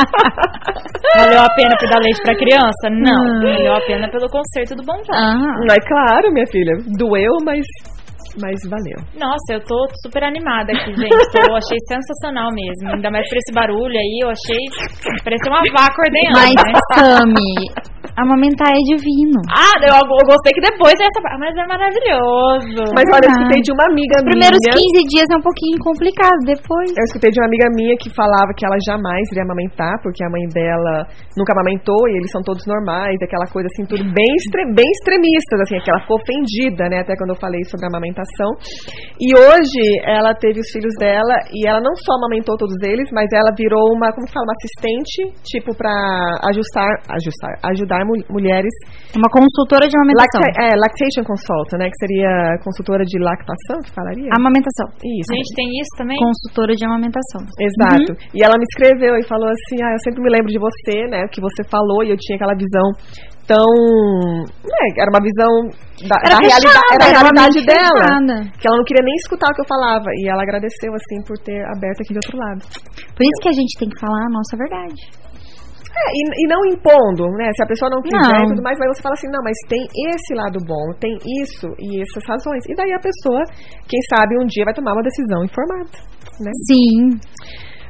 E: valeu a pena por dar leite pra criança? Não, valeu a pena pelo concerto do Bon Jovi.
F: Ah.
C: Não, é claro, minha filha. Doeu, mas, mas valeu.
E: Nossa, eu tô super animada aqui, gente. Tô,
C: [LAUGHS]
E: eu achei sensacional mesmo. Ainda mais por esse barulho aí, eu achei. Parecia uma vaca ordenhando.
F: Mas,
E: né?
F: Sami, amamentar é divino.
E: Ah, eu, eu gostei que depois é essa parte. Mas é maravilhoso.
C: Mas olha, eu
F: Verdade.
C: escutei de uma amiga
F: Os primeiros
C: minha.
F: 15 dias é um pouquinho complicado, depois.
C: Eu escutei de uma amiga minha que falava que ela jamais iria amamentar, porque a mãe dela nunca amamentou e eles são todos normais, aquela coisa assim, tudo bem, extre- bem extremistas, assim, que ela ficou ofendida, né, até quando eu falei sobre a amamentação. E hoje ela teve os filhos dela e ela não só amamentou todos eles, mas ela virou uma, como que fala, uma assistente, tipo, pra ajustar, ajustar, ajudar mul- mulheres.
F: Uma consultora de amamentação.
C: Lacta- é, lactation consulta, né, que seria consultora de lactação, que falaria?
F: Amamentação.
C: Isso.
E: Ah. Gente, tem isso também?
F: Consultora de amamentação.
C: Exato.
F: Uhum.
C: E ela me escreveu e falou assim: Ah, eu sempre me lembro de você, né? O que você falou, e eu tinha aquela visão tão. Né, era uma visão da, da
F: Era
C: realidade,
F: fechada,
C: era a
F: era uma
C: realidade
F: mente
C: dela.
F: fechada.
C: Que ela não queria nem escutar o que eu falava. E ela agradeceu, assim, por ter aberto aqui de outro lado.
F: Por isso que a gente tem que falar a nossa verdade.
C: É, e, e não impondo, né? Se a pessoa não quiser
F: Não.
C: e tudo mais, mas você fala assim, não, mas tem esse lado bom, tem isso e essas razões. E daí a pessoa, quem sabe, um dia vai tomar uma decisão informada. Né?
F: Sim.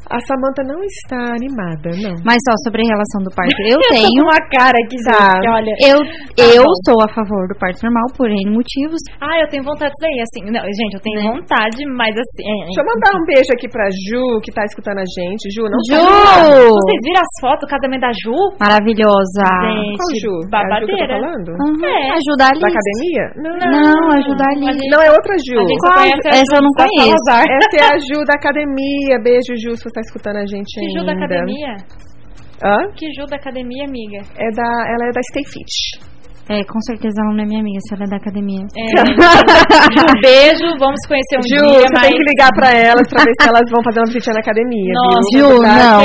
C: A Samanta não está animada, não.
F: Mas só sobre a relação do parto, [LAUGHS] eu tenho.
E: uma cara aqui,
C: Tá.
E: gente. Olha,
F: Eu,
E: Tá
F: eu
E: bom.
F: sou a favor do parto normal por N motivos.
E: ah, eu tenho vontade disso aí, assim. Não, gente, eu tenho vontade, mas assim. é,
C: Né? Deixa eu mandar um beijo aqui pra Ju, que tá escutando a gente. Ju, não
F: Ju!
E: Vocês viram as fotos do casamento da Ju?
F: Maravilhosa.
E: Gente,
C: Qual Ju? É a Ju que eu tô
E: babadeira.
C: falando?
F: Uhum.
E: É.
F: Ajuda a
C: Da
F: Alice.
C: academia? Não.
F: Não, ajuda a Alice.
C: Não, é outra Ju.
E: A gente só
F: Qual?
E: conhece a
F: Essa
E: Ju
F: eu não
E: da
F: conheço.
E: Salazar.
C: Essa é a Ju da academia. Beijo, Ju, se você tá escutando a gente
E: Que
C: ainda.
E: Ju da academia?
C: Hã?
E: Que Ju da academia, amiga?
C: É da, ela é da Stay Fit.
F: É, com certeza ela não é minha amiga, se ela é da [LAUGHS] academia.
C: [LAUGHS]
E: É, Ju, beijo, vamos conhecer um
C: Ju,
E: dia,
C: você
E: mas...
C: tem que ligar pra elas pra
E: [LAUGHS]
C: ver se elas vão fazer uma visitinha na
F: [LAUGHS]
C: academia.
E: Nossa,
C: viu? tá-
F: Ju,
E: verdade.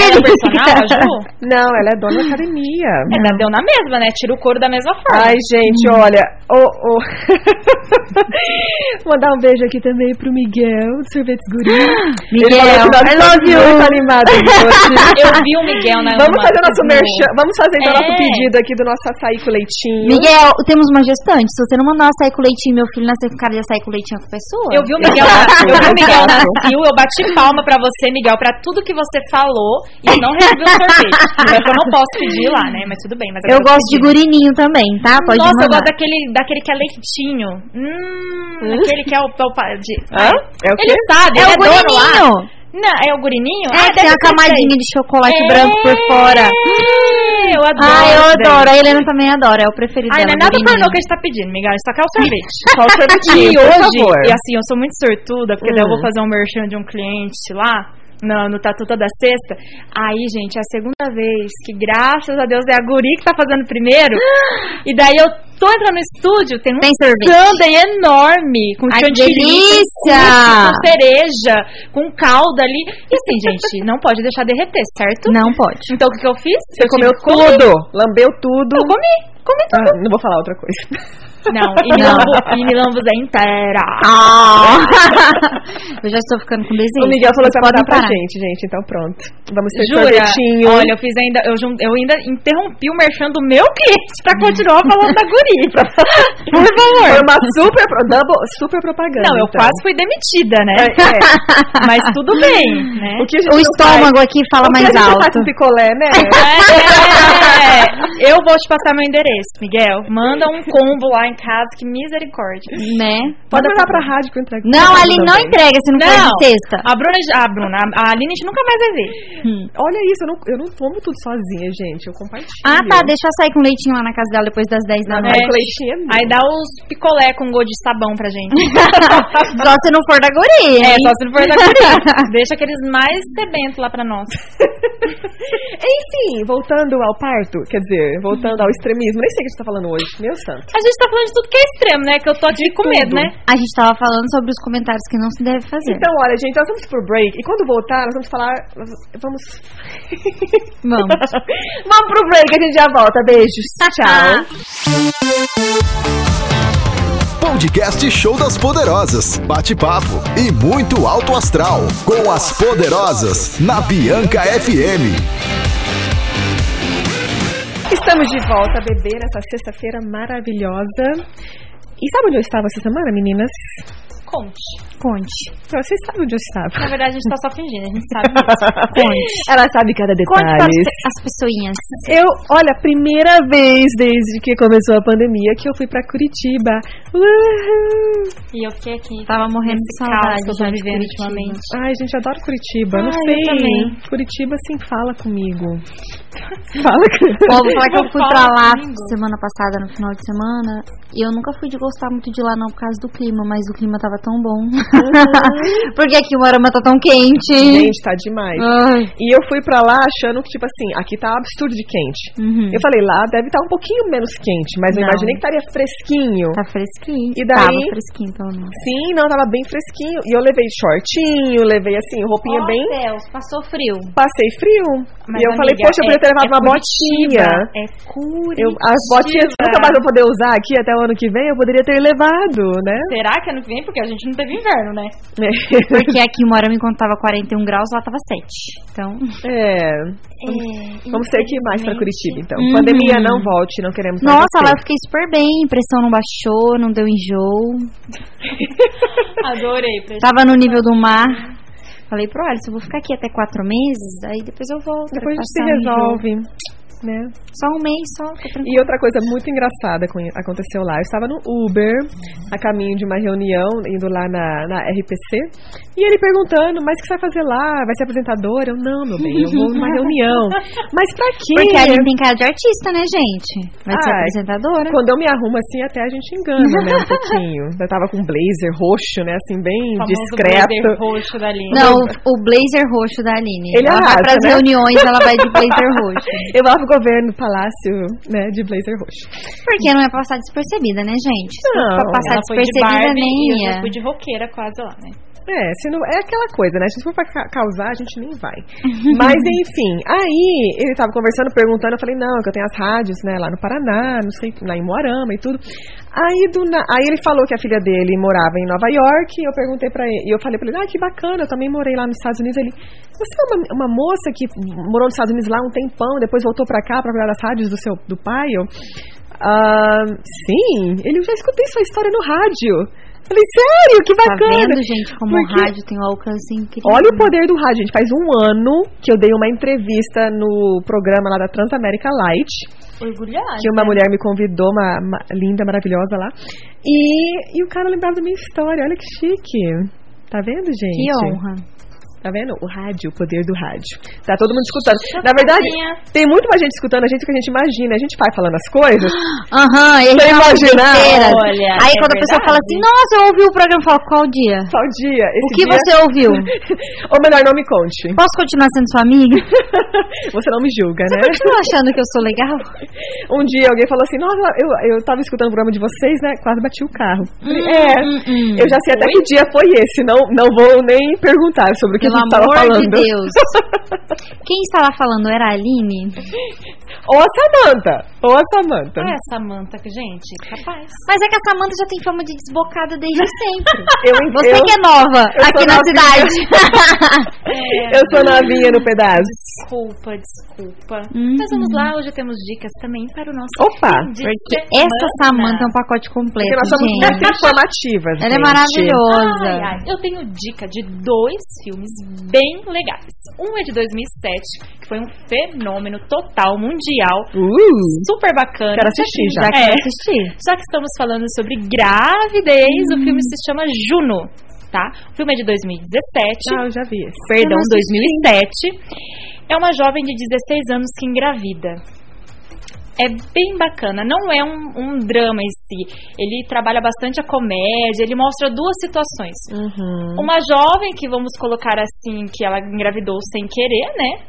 F: não.
E: É, Ela, ela é personal, a
F: Não, menina.
E: é
F: [LAUGHS]
E: Ju?
C: Não, ela é dona da
E: [LAUGHS]
C: academia.
E: É, dá- deu na mesma, né? Tira o couro da mesma forma.
C: Ai, gente,
E: Hum.
C: olha. ô, ô. [LAUGHS] Mandar um beijo aqui também pro Miguel, do Sorvetes
E: [GASPS]
C: Guri. Ele falou que
F: Miguel,
C: nós
F: I
C: estamos
F: love you.
C: muito animados
E: [LAUGHS]
C: hoje.
E: Eu vi o Miguel na
C: Vamos
E: numa-
C: fazer nosso
E: no-
C: merchan, vamos fazer então
E: É.
C: nosso pedido aqui do nosso açaí com leitinho.
F: Miguel, temos uma gestante. Se você não mandar açaí com leitinho, meu filho nascer com cara de açaí com leitinho é com pessoa.
E: Eu vi o Miguel, na, eu
F: [LAUGHS]
E: vi o Miguel na fio, eu bati palma pra você, Miguel, pra tudo que você falou e eu não recebi o sorvete. Então eu não posso pedir lá, né? Mas tudo bem. Mas
F: Eu
E: agora
F: gosto de
E: vou pedir.
F: gurininho também, tá? Pode
E: Nossa, eu
F: mandar.
E: gosto daquele, daquele que é leitinho. Hum, aquele que é o... é o pa- de-
C: Hã? É o quê?
E: Ele sabe,
F: É
E: ele
F: o
E: dono lá.
F: gurininho.
E: Não, é o gurininho?
F: É, que tem uma camadinha de chocolate branco por fora.
E: Eu adoro.
F: Ah, É. eu
E: velho.
F: adoro. A Helena também adora. É o preferido
E: Ai, não
F: dela.
E: é nada
F: gurininho.
E: pornô que a gente tá pedindo, Miguel. A gente só quer o sorvete.
C: Só o sorvetinho,
E: E
C: por
E: hoje,
C: favor.
E: e assim, eu sou muito sortuda, porque daí eu
C: Hum.
E: vou fazer um merchan de um cliente lá, no, no Tatu Toda Sexta. Aí, gente, é a segunda vez que, graças a Deus, é a guri que tá fazendo primeiro. e daí eu tô entrando no estúdio, tem um
F: Tem sorvete.
E: sundae enorme, com
F: Ai, que
E: chantilly, com,
F: delícia!
E: cookies, com cereja, com calda ali. E assim, gente, não pode deixar derreter, certo?
F: Não pode.
E: Então, o que, que eu fiz?
C: Você
E: Eu
C: comeu
E: tive- comi.
C: tudo, lambeu tudo.
E: Eu comi, comi tudo.
C: Ah, não vou falar outra coisa.
E: Não, Ah, e me
F: Não.
E: lambo, e me lambos a inteira.
F: eu já estou ficando com desenho.
C: O Miguel falou que
F: Vocês
C: vai mandar
F: podem
C: pra
F: parar.
C: gente, gente. Então pronto. Vamos ter
E: Jura?
C: sorvetinho.
E: Olha, eu fiz ainda, eu, jun- eu ainda interrompi o merchan do meu cliente pra continuar falando da guri. [LAUGHS] Por favor.
C: Foi uma super, pro- double- super propaganda.
E: Não, eu
C: então.
E: quase fui demitida, [LAUGHS] né?
C: É, é.
E: Mas
C: [LAUGHS]
E: tudo bem, né?
C: O, que a gente
F: O
C: não
F: estômago aqui fala
C: faz, o que
F: mais
C: a gente não faz
F: alto.
C: com picolé,
E: [LAUGHS]
C: né?
E: É, é, é. eu vou te passar meu endereço, Miguel. Manda um combo lá em casa, que misericórdia.
F: Né?
C: Pode mandar pra rádio que eu entrego.
F: Não,
C: Também.
F: ali não entrega se não, for de sexta.
E: a Bruna, já- a Bruna, a Aline a gente nunca mais vai ver.
C: Olha isso, eu não, eu não como tudo sozinha, gente. Eu compartilho.
F: Ah, tá. Deixa eu sair com leitinho lá na casa dela depois das 10 da
C: Não,
F: noite.
C: é. leitinho é meu.
E: Aí dá os picolé com gosto de sabão pra gente.
F: [LAUGHS]
E: [LAUGHS]
F: Só se não for da
E: É,
F: guria. hein?
E: só se não for da [LAUGHS] Curitiba. Deixa aqueles mais sedentos lá pra [LAUGHS] nós.
C: Enfim, voltando ao parto, quer dizer, voltando ao extremismo, nem sei o que a gente tá falando hoje, meu santo.
E: A gente tá falando de tudo que é extremo, né? Que eu tô aqui com medo, né?
F: [LAUGHS] A gente tava falando sobre os comentários que não se deve fazer.
C: Então, olha, gente, nós vamos pro break e quando voltar, nós vamos falar. Vamos.
F: Vamos.
C: [LAUGHS] vamos pro break, a gente já volta. Beijos.
F: [LAUGHS] Ah,
C: Tchau.
A: Podcast Show das Poderosas. Bate-papo e muito alto astral. Com as Poderosas na Bianca FM.
C: Estamos de volta, bebê, nessa sexta-feira maravilhosa. E sabe onde eu estava essa semana, meninas?
E: Conte.
F: Conte.
C: Vocês sabem onde eu estava. [LAUGHS]
E: Na verdade, a gente tá só fingindo, a gente sabe [LAUGHS] mesmo.
C: Ela sabe cada
F: Conte para as
C: detalhe.
F: pe- as pessoinhas.
C: Eu, olha, a primeira vez desde que começou a pandemia que eu fui pra Curitiba. Uhul.
E: E eu fiquei aqui.
F: Tava morrendo de
E: Esse caos
F: saudade
E: que eu tô
F: já de
E: vivendo
F: Curitiba.
E: ultimamente.
C: Ai, gente, eu adoro Curitiba. não
E: Ai, eu
C: sei.
E: também.
C: Curitiba sim fala comigo. [LAUGHS] Fala comigo.
F: Ó, vou falar é que eu fui
E: Fala
F: pra lá
E: comigo.
F: semana passada, no final de semana. E eu nunca fui de gostar muito de lá, não, por causa do clima, mas o clima tava tão bom. [LAUGHS] Porque aqui o Morama tá tão quente.
C: Gente, tá demais.
F: Ai.
C: E eu fui pra lá achando que, tipo assim, aqui tá absurdo de quente.
F: Uhum.
C: Eu falei, lá deve estar um pouquinho menos quente, mas eu
F: Não.
C: imaginei que estaria fresquinho.
F: Tá fresquinho.
C: E daí?
F: Tava fresquinho, pelo menos.
C: Sim, Assim? não, tava bem fresquinho. E eu levei shortinho, levei assim, roupinha
E: Ó
C: bem.
E: Oh, Deus, passou frio.
C: Passei frio. e
E: Mas,
C: eu falei,
E: amiga,
C: poxa, eu podia ter
E: é-
C: levado
E: é
C: uma botinha.
E: Curitiba, É Curitiba.
C: Eu, as botinhas que nunca mais vou poder usar aqui até o ano que vem, eu poderia ter levado, né?
E: Será que ano que vem? Porque a gente não teve inverno, né?
C: É.
F: Porque aqui o Morama, enquanto tava 41 graus, lá tava 7. Então,
C: [LAUGHS] É.
F: É,
C: Vamos ter que ir mais pra Curitiba, então. Pandemia não volte, não queremos mais
F: nossa,
C: você.
F: lá eu fiquei super bem. Pressão não baixou, não deu enjoo.
E: Adorei. Pra
F: Tava no nível do mar. Falei pro Alisson, eu vou ficar aqui até 4 meses, aí depois eu volto. pra
C: Depois a gente se
F: passar um enjoo.
C: resolve. Né?
F: Só um mês, só. Tô
C: E
F: tranquila.
C: outra coisa muito engraçada com- aconteceu lá. Eu estava no Uber, a caminho de uma reunião, indo lá na, na RPC, e ele perguntando, mas o que você vai fazer lá? Vai ser apresentadora? Eu, não, meu bem, eu vou
F: [LAUGHS]
C: numa reunião. Mas pra quê?
F: Porque a gente tem cara de artista, né, gente? Vai ser
C: Ai.
F: apresentadora.
C: Quando Ah, eu me arrumo assim, até a gente engana, né,
F: [LAUGHS]
C: um pouquinho. Eu tava com um blazer roxo, né, assim, bem
E: famoso blazer
C: discreto.
E: roxo da linha.
F: Não, o, o blazer roxo da Aline.
C: Ele
F: ela
C: arrasa,
F: vai pras
C: né?
F: reuniões, ela
C: [LAUGHS]
F: vai de blazer roxo.
C: Eu lá pro governo, palácio, né, de blazer roxo.
F: Porque não é passar despercebida, né, gente? Se
C: Não.
F: for pra passar
E: Ela foi de
F: despercebida,
E: Barbie
F: nem é.
E: e eu
F: ia.
E: já fui de roqueira quase lá, né?
C: É, se não, é aquela coisa, né? Se for pra ca- causar, a gente nem vai. [LAUGHS] Mas enfim, aí ele tava conversando, perguntando, eu falei, não, que eu tenho as rádios, né, lá no Paraná, não sei, lá em Moarama e tudo. Aí, do, na- aí ele falou que a filha dele morava em Nova York, e eu perguntei pra ele, e eu falei pra ele, ah, que bacana, eu também morei lá nos Estados Unidos. Ele, você é uma, uma moça que morou nos Estados Unidos lá um tempão, depois voltou pra cá pra cuidar das rádios do seu do pai? Eu, ah, sim, ele eu já escutei sua história no rádio. Eu Falei, sério, que
F: Tá
C: bacana.
F: vendo, gente, como o
C: Porque-
F: rádio tem um alcance incrível.
C: Olha o poder do rádio, gente. Faz um ano que eu dei uma entrevista no programa lá da Transamérica Light,
E: Orgulhada.
C: que uma mulher me convidou, uma, uma linda, maravilhosa lá. E, e o cara lembrava da minha história. Olha que chique. Tá vendo, gente?
F: Que honra.
C: Tá vendo? O rádio, o poder do rádio. Tá todo mundo escutando. Na verdade,
E: Chocadinha.
C: tem muito mais gente escutando a gente do que a gente imagina. A gente vai falando as coisas.
F: Ah. Aham, ele
C: Você
F: é
C: imaginar?
E: Olha,
F: Aí
E: é
F: quando a pessoa
E: verdade.
F: fala assim, nossa, eu ouvi o programa, eu falo, qual
C: [LAUGHS]
F: dia?
C: Só o dia.
F: O
C: Esse
F: que
C: dia...
F: você ouviu?
C: [LAUGHS] Ou melhor, não me conte.
F: Posso continuar sendo sua
C: [LAUGHS]
F: amiga?
C: É. Você não me julga,
F: Você
C: né?
F: continua achando que eu sou legal?
C: Um dia alguém falou assim, nossa, eu, eu tava escutando o programa de vocês, né? Quase bati o carro.
F: Hum,
C: Falei, é, eu já sei até que dia foi esse, não, não vou nem perguntar sobre o que
F: Pelo
C: a gente tava
F: amor de
C: falando.
F: Deus. Quem estava falando era a Aline?
C: [LAUGHS] Ou a Samanta, ou a Samanta.
F: É.
E: Olha essa manta que, é gente, [LAUGHS] capaz.
F: Mas é que a Samanta já tem fama de desbocada
C: [LAUGHS]
F: desde sempre.
C: Eu,
F: Você
C: eu,
F: que é nova
C: eu
F: aqui
C: sou
F: na
C: novinha. [LAUGHS]
F: cidade. é
C: eu sou novinha no pedaço.
E: É, Desculpa, desculpa.
F: Hum.
E: Mas vamos lá, hoje temos dicas também para o nosso.
C: Opa,
E: fim de
F: Porque
E: semana.
F: [LAUGHS] essa Samanta é um pacote completo,
C: Porque nós somos
F: gente.
C: muito informativas,
F: Ela é
C: gente.
F: maravilhosa.
E: Ai, ai, eu tenho dica de dois filmes bem legais. Um é de 2007, que foi um fenômeno total mundial,
C: Uh,
E: super bacana.
C: Quero assistir já.
F: Já quero
E: É.
F: assistir.
E: [LAUGHS] Já que estamos falando sobre gravidez, o filme se chama Juno, tá? O filme é de 2017
C: ah, eu já vi esse.
E: perdão,
F: Eu não
E: 2007. É uma jovem de 16 anos que engravida. É bem bacana, não é um, um drama em si. Ele trabalha bastante a comédia, ele mostra duas situações.
C: Uhum.
E: Uma jovem que vamos colocar assim, que ela engravidou sem querer, né?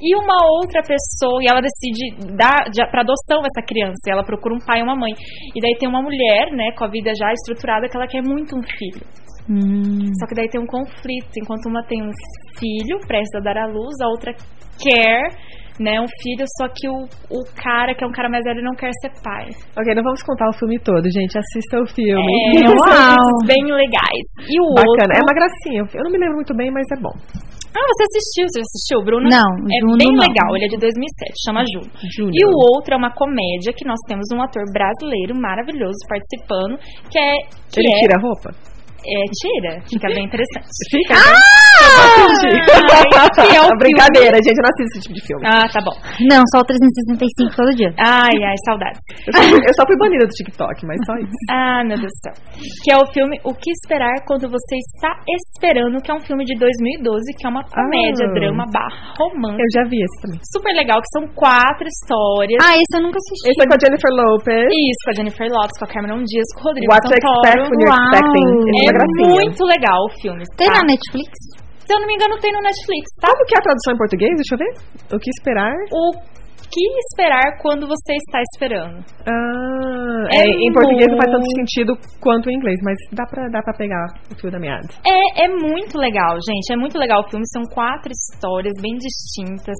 E: E uma outra pessoa, e ela decide dar de- pra adoção essa criança. e Ela procura um pai e uma mãe. E daí tem uma mulher, né, com a vida já estruturada, que ela quer muito um filho.
F: Hum,
E: Só que daí tem um conflito. Enquanto uma tem um filho prestes a dar à luz, a outra quer, né, um filho, só que o, o cara, que é um cara mais velho, não quer ser pai.
C: Ok, não vamos contar o filme todo, gente. Assista o filme. [LAUGHS]
E: É, são filmes bem legais. E o
C: Bacana, é
E: outro...
C: uma gracinha. Eu não me lembro muito bem, mas é bom.
E: Ah, você assistiu, você já assistiu, Bruno?
F: Não,
E: É
F: Juno
E: bem
F: não.
E: legal, ele é de 2007, chama Juno.
C: Júnior.
E: E o outro é uma comédia que nós temos um ator brasileiro maravilhoso participando, que é... Que
C: Ele
E: é
C: tira a roupa?
E: É, tira. Fica bem interessante. [LAUGHS]
C: Fica.
E: É.
C: Ah! [LAUGHS]
E: que é o filme.
C: Brincadeira, gente, eu não assisto esse tipo de filme.
E: Ah, tá bom.
F: Não, só o 365 todo dia.
E: Ai, ai, saudades.
C: Eu só, eu só fui banida do TikTok, mas só isso.
E: Ah, meu Deus do céu. Que é o filme O Que Esperar Quando Você Está Esperando, que é um filme de 2012, que é uma comédia,
C: Ah.
E: drama barra romance.
C: Eu já vi esse também.
E: Super legal, que são quatro histórias.
F: Ah, esse eu nunca assisti.
C: Esse é com a Jennifer Lopez.
E: Isso, com a Jennifer Lopes, com a Cameron Diaz, com o Rodrigo
C: What to Expect
E: Santoro.
C: When You're
F: Uau.
C: Expecting. Ele é uma
E: É
C: gracinha.
E: muito legal o filme.
F: Tem
E: tá?
F: na Netflix?
E: Se eu não me engano, tem no Netflix, tá?
C: Sabe o que é a tradução em português? Deixa eu ver. O que esperar?
E: O que esperar quando você está esperando?
C: Ah,
E: É
C: é, em português não faz tanto
E: muito-
C: sentido quanto em inglês, mas dá pra, dá pra pegar o fio da meada.
E: É, é muito legal, gente. É muito legal o filme. São quatro histórias bem distintas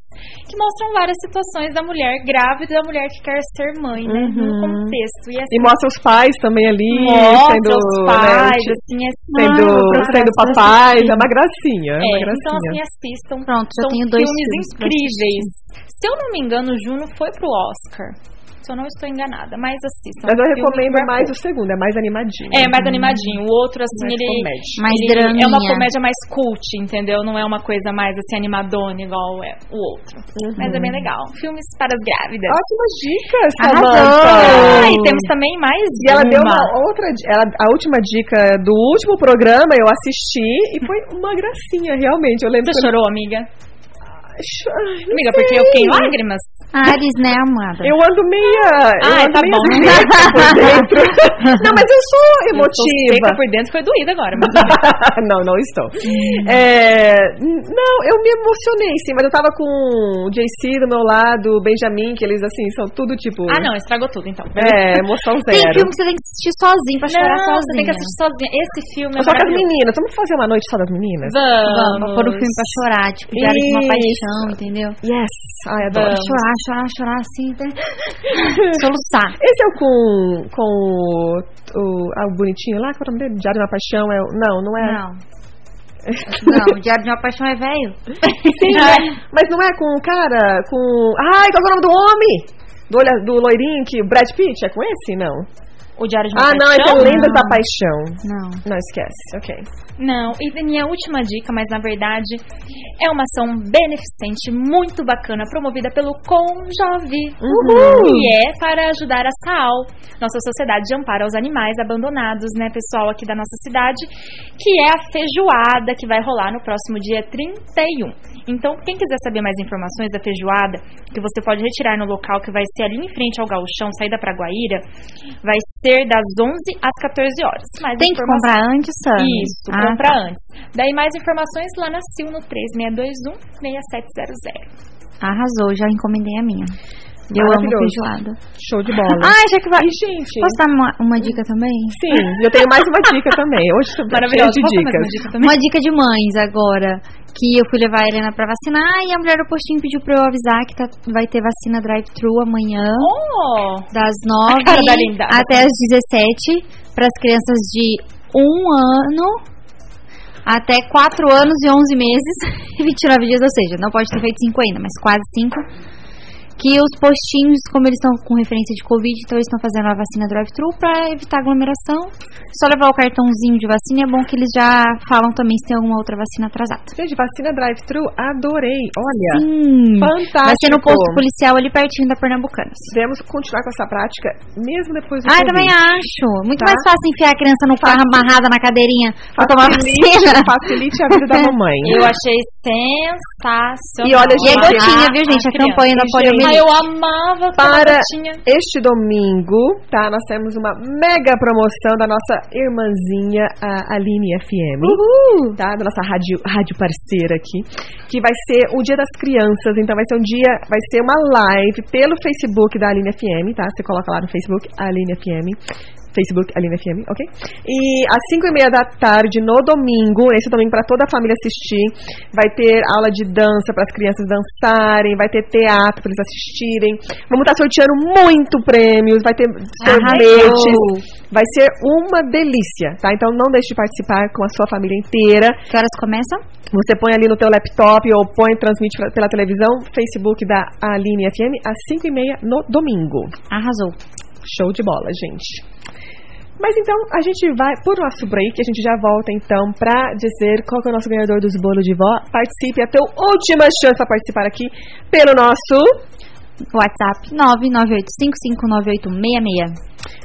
E: que mostram várias situações da mulher grávida e da mulher que quer ser mãe, né?
F: Uhum.
E: No contexto. E
C: E
E: assim,
C: mostra os pais também ali,
E: mostra
C: sendo,
E: os
C: né,
E: pais,
C: ti-
E: assim, é
C: sendo, sendo papais, é uma gracinha, é uma
E: É,
C: gracinha.
E: então assim, assistam.
F: Pronto, já
E: São
F: tenho dois
E: filmes
F: filmes pra
E: incríveis. Se eu não me engano, o Juno foi pro Oscar. Se eu não estou enganada, mas assistam.
C: Mas eu
E: O filme
C: recomendo
E: marcou.
C: mais o segundo, é mais animadinho.
E: um É, mais animadinho. O outro, assim,
C: mais
E: ele.
C: comédia.
F: Mais
E: ele É uma
F: draminha.
E: comédia mais cult, entendeu? Não é uma coisa mais assim animadona igual é o outro.
F: Uhum.
E: Mas é bem legal. Filmes para as grávidas.
C: Ótimas dicas,
F: Arrasou!
C: Samantha!
E: Ah, e temos também mais.
C: E ela deu uma outra, di- ela, a última dica do último programa, eu assisti e foi uma gracinha, realmente. Eu lembro que
E: Você
C: eu-
E: chorou, amiga?
C: Ai, não
E: Amiga,
C: sei.
E: porque eu fiquei em lágrimas.
F: Ares, né, amada?
C: Eu ando meia. eu
E: Ah,
C: ando
E: tá
C: meia
E: bom.
C: seca
E: [LAUGHS]
C: por dentro. Não, mas eu sou
E: Eu tô
C: emotiva.
E: seca por dentro, foi doída agora. Mas...
C: [LAUGHS] não, não estou. É, n- não, eu me emocionei, sim, mas eu tava com o JC do meu lado, o Benjamin, que eles assim, são tudo tipo.
E: ah, não, estragou tudo então.
C: É, emoção
F: Tem
C: zero.
F: filme que você tem que assistir sozinho pra chorar
E: Não,
F: sozinho.
E: você tem que assistir sozinha. Esse filme é
C: Só com as
E: maravilhoso.
C: meninas, vamos fazer uma noite só das meninas?
F: Vamos, pra
E: Vamos.
F: pôr o filme pra chorar, tipo, Diário de uma
C: Isso.
F: Paixão, entendeu?
C: Yes. Ai, adoro.
E: Vamos.
F: Chorar, chorar, chorar assim, até [LAUGHS] soluçar.
C: Esse é o com, com o, o, ah, o bonitinho lá, que é o nome dele? Diário de uma Paixão? É, o- não, não é.
F: Não. Não, Diário de uma Paixão é velho.
C: Sim, né? Mas não é com o cara, com. Ai, qual que é o nome do homem? Do, olho, do loirinho que. Brad Pitt? É com esse? Não.
E: O Diário de uma
C: Ah, não, esse é
E: Paixão?
C: Lendas da Paixão.
F: Não.
C: Não, esquece. Ok.
E: Não, e da minha última dica, mas na verdade é uma ação beneficente muito bacana promovida pelo Conjove,
F: Uhum.
C: Uhul!
E: que é para ajudar a SAAL, nossa sociedade de amparo aos animais abandonados, né, pessoal aqui da nossa cidade, que é a feijoada que vai rolar no próximo dia 31. Então, quem quiser saber mais informações da feijoada, que você pode retirar no local que vai ser ali em frente ao Gauchão, saída para Guaíra, vai ser das 11 às 14 horas. Mais
F: Tem que
E: informações-
F: comprar antes, Sam?
E: isso,
F: Ah,
E: compra antes. Daí mais informações lá na CIL no 3621-6700.
F: Arrasou, já encomendei a minha. Eu amo
C: Maravilhoso.
F: feijoada.
C: Show de bola.
F: Ah, já que vai.
C: e, gente.
F: Posso dar uma, uma dica também?
C: Sim, eu tenho mais uma dica também. Hoje tô cheia de dicas.
F: Uma dica de mães agora. Que eu fui levar a Helena pra vacinar e a mulher do postinho pediu pra eu avisar que tá- vai ter vacina drive-thru amanhã.
E: Oh,
F: das 9
E: cara da linda.
F: até as 17 para as crianças de 1 ano até 4 anos e 11 meses [LAUGHS] e 29 dias, ou seja, não pode ter feito 5 ainda, mas quase 5. Que os postinhos, como eles estão com referência de Covid, então eles estão fazendo a vacina drive-thru para evitar aglomeração. Só levar o cartãozinho de vacina, é bom que eles já falam também se tem alguma outra vacina atrasada.
C: Gente, vacina drive-thru, adorei. Olha.
F: Hum,
C: Fantástico.
F: vai ser no posto policial ali pertinho da Pernambucanas.
C: Devemos continuar com essa prática, mesmo depois do
F: Ah, eu
C: Covid.
F: também acho. Muito
C: Tá?
F: mais fácil enfiar a criança no carro amarrada na cadeirinha pra tomar vacina.
C: Facilite, facilite a vida da
F: [LAUGHS]
C: mamãe.
E: eu achei sensacional.
C: E olha,
F: E é
C: gente,
F: gotinha, viu, gente? A campanha da
E: Ah,
F: poliomielite.
E: eu amava
C: Para-
E: para... gotinha.
C: Este domingo, tá? Nós temos uma mega promoção da nossa irmãzinha, a Aline FM. Tá? Da nossa rádio, rádio parceira aqui. Que vai ser o Dia das Crianças. Então vai ser um dia, vai ser uma live pelo Facebook da Aline FM, tá? Você coloca lá no Facebook, Aline FM. Facebook, Aline FM, ok? E às 5 e meia da tarde, no domingo, esse é domingo para toda a família assistir, vai ter aula de dança para as crianças dançarem, vai ter teatro para eles assistirem. Vamos estar sorteando muito prêmios, vai ter sorvetes. Vai ser uma delícia, tá? Então não deixe de participar com a sua família inteira.
F: Que horas começam?
C: Você põe ali no teu laptop ou põe, transmite pra- pela televisão, Facebook da Aline FM, às 5 e meia no domingo.
F: Arrasou.
C: Show de bola, gente. Mas então a gente vai por nosso break, a gente já volta então pra dizer qual que é o nosso ganhador dos bolos de vó. Participe, é a tua última chance pra participar aqui pelo nosso.
F: WhatsApp 998559866.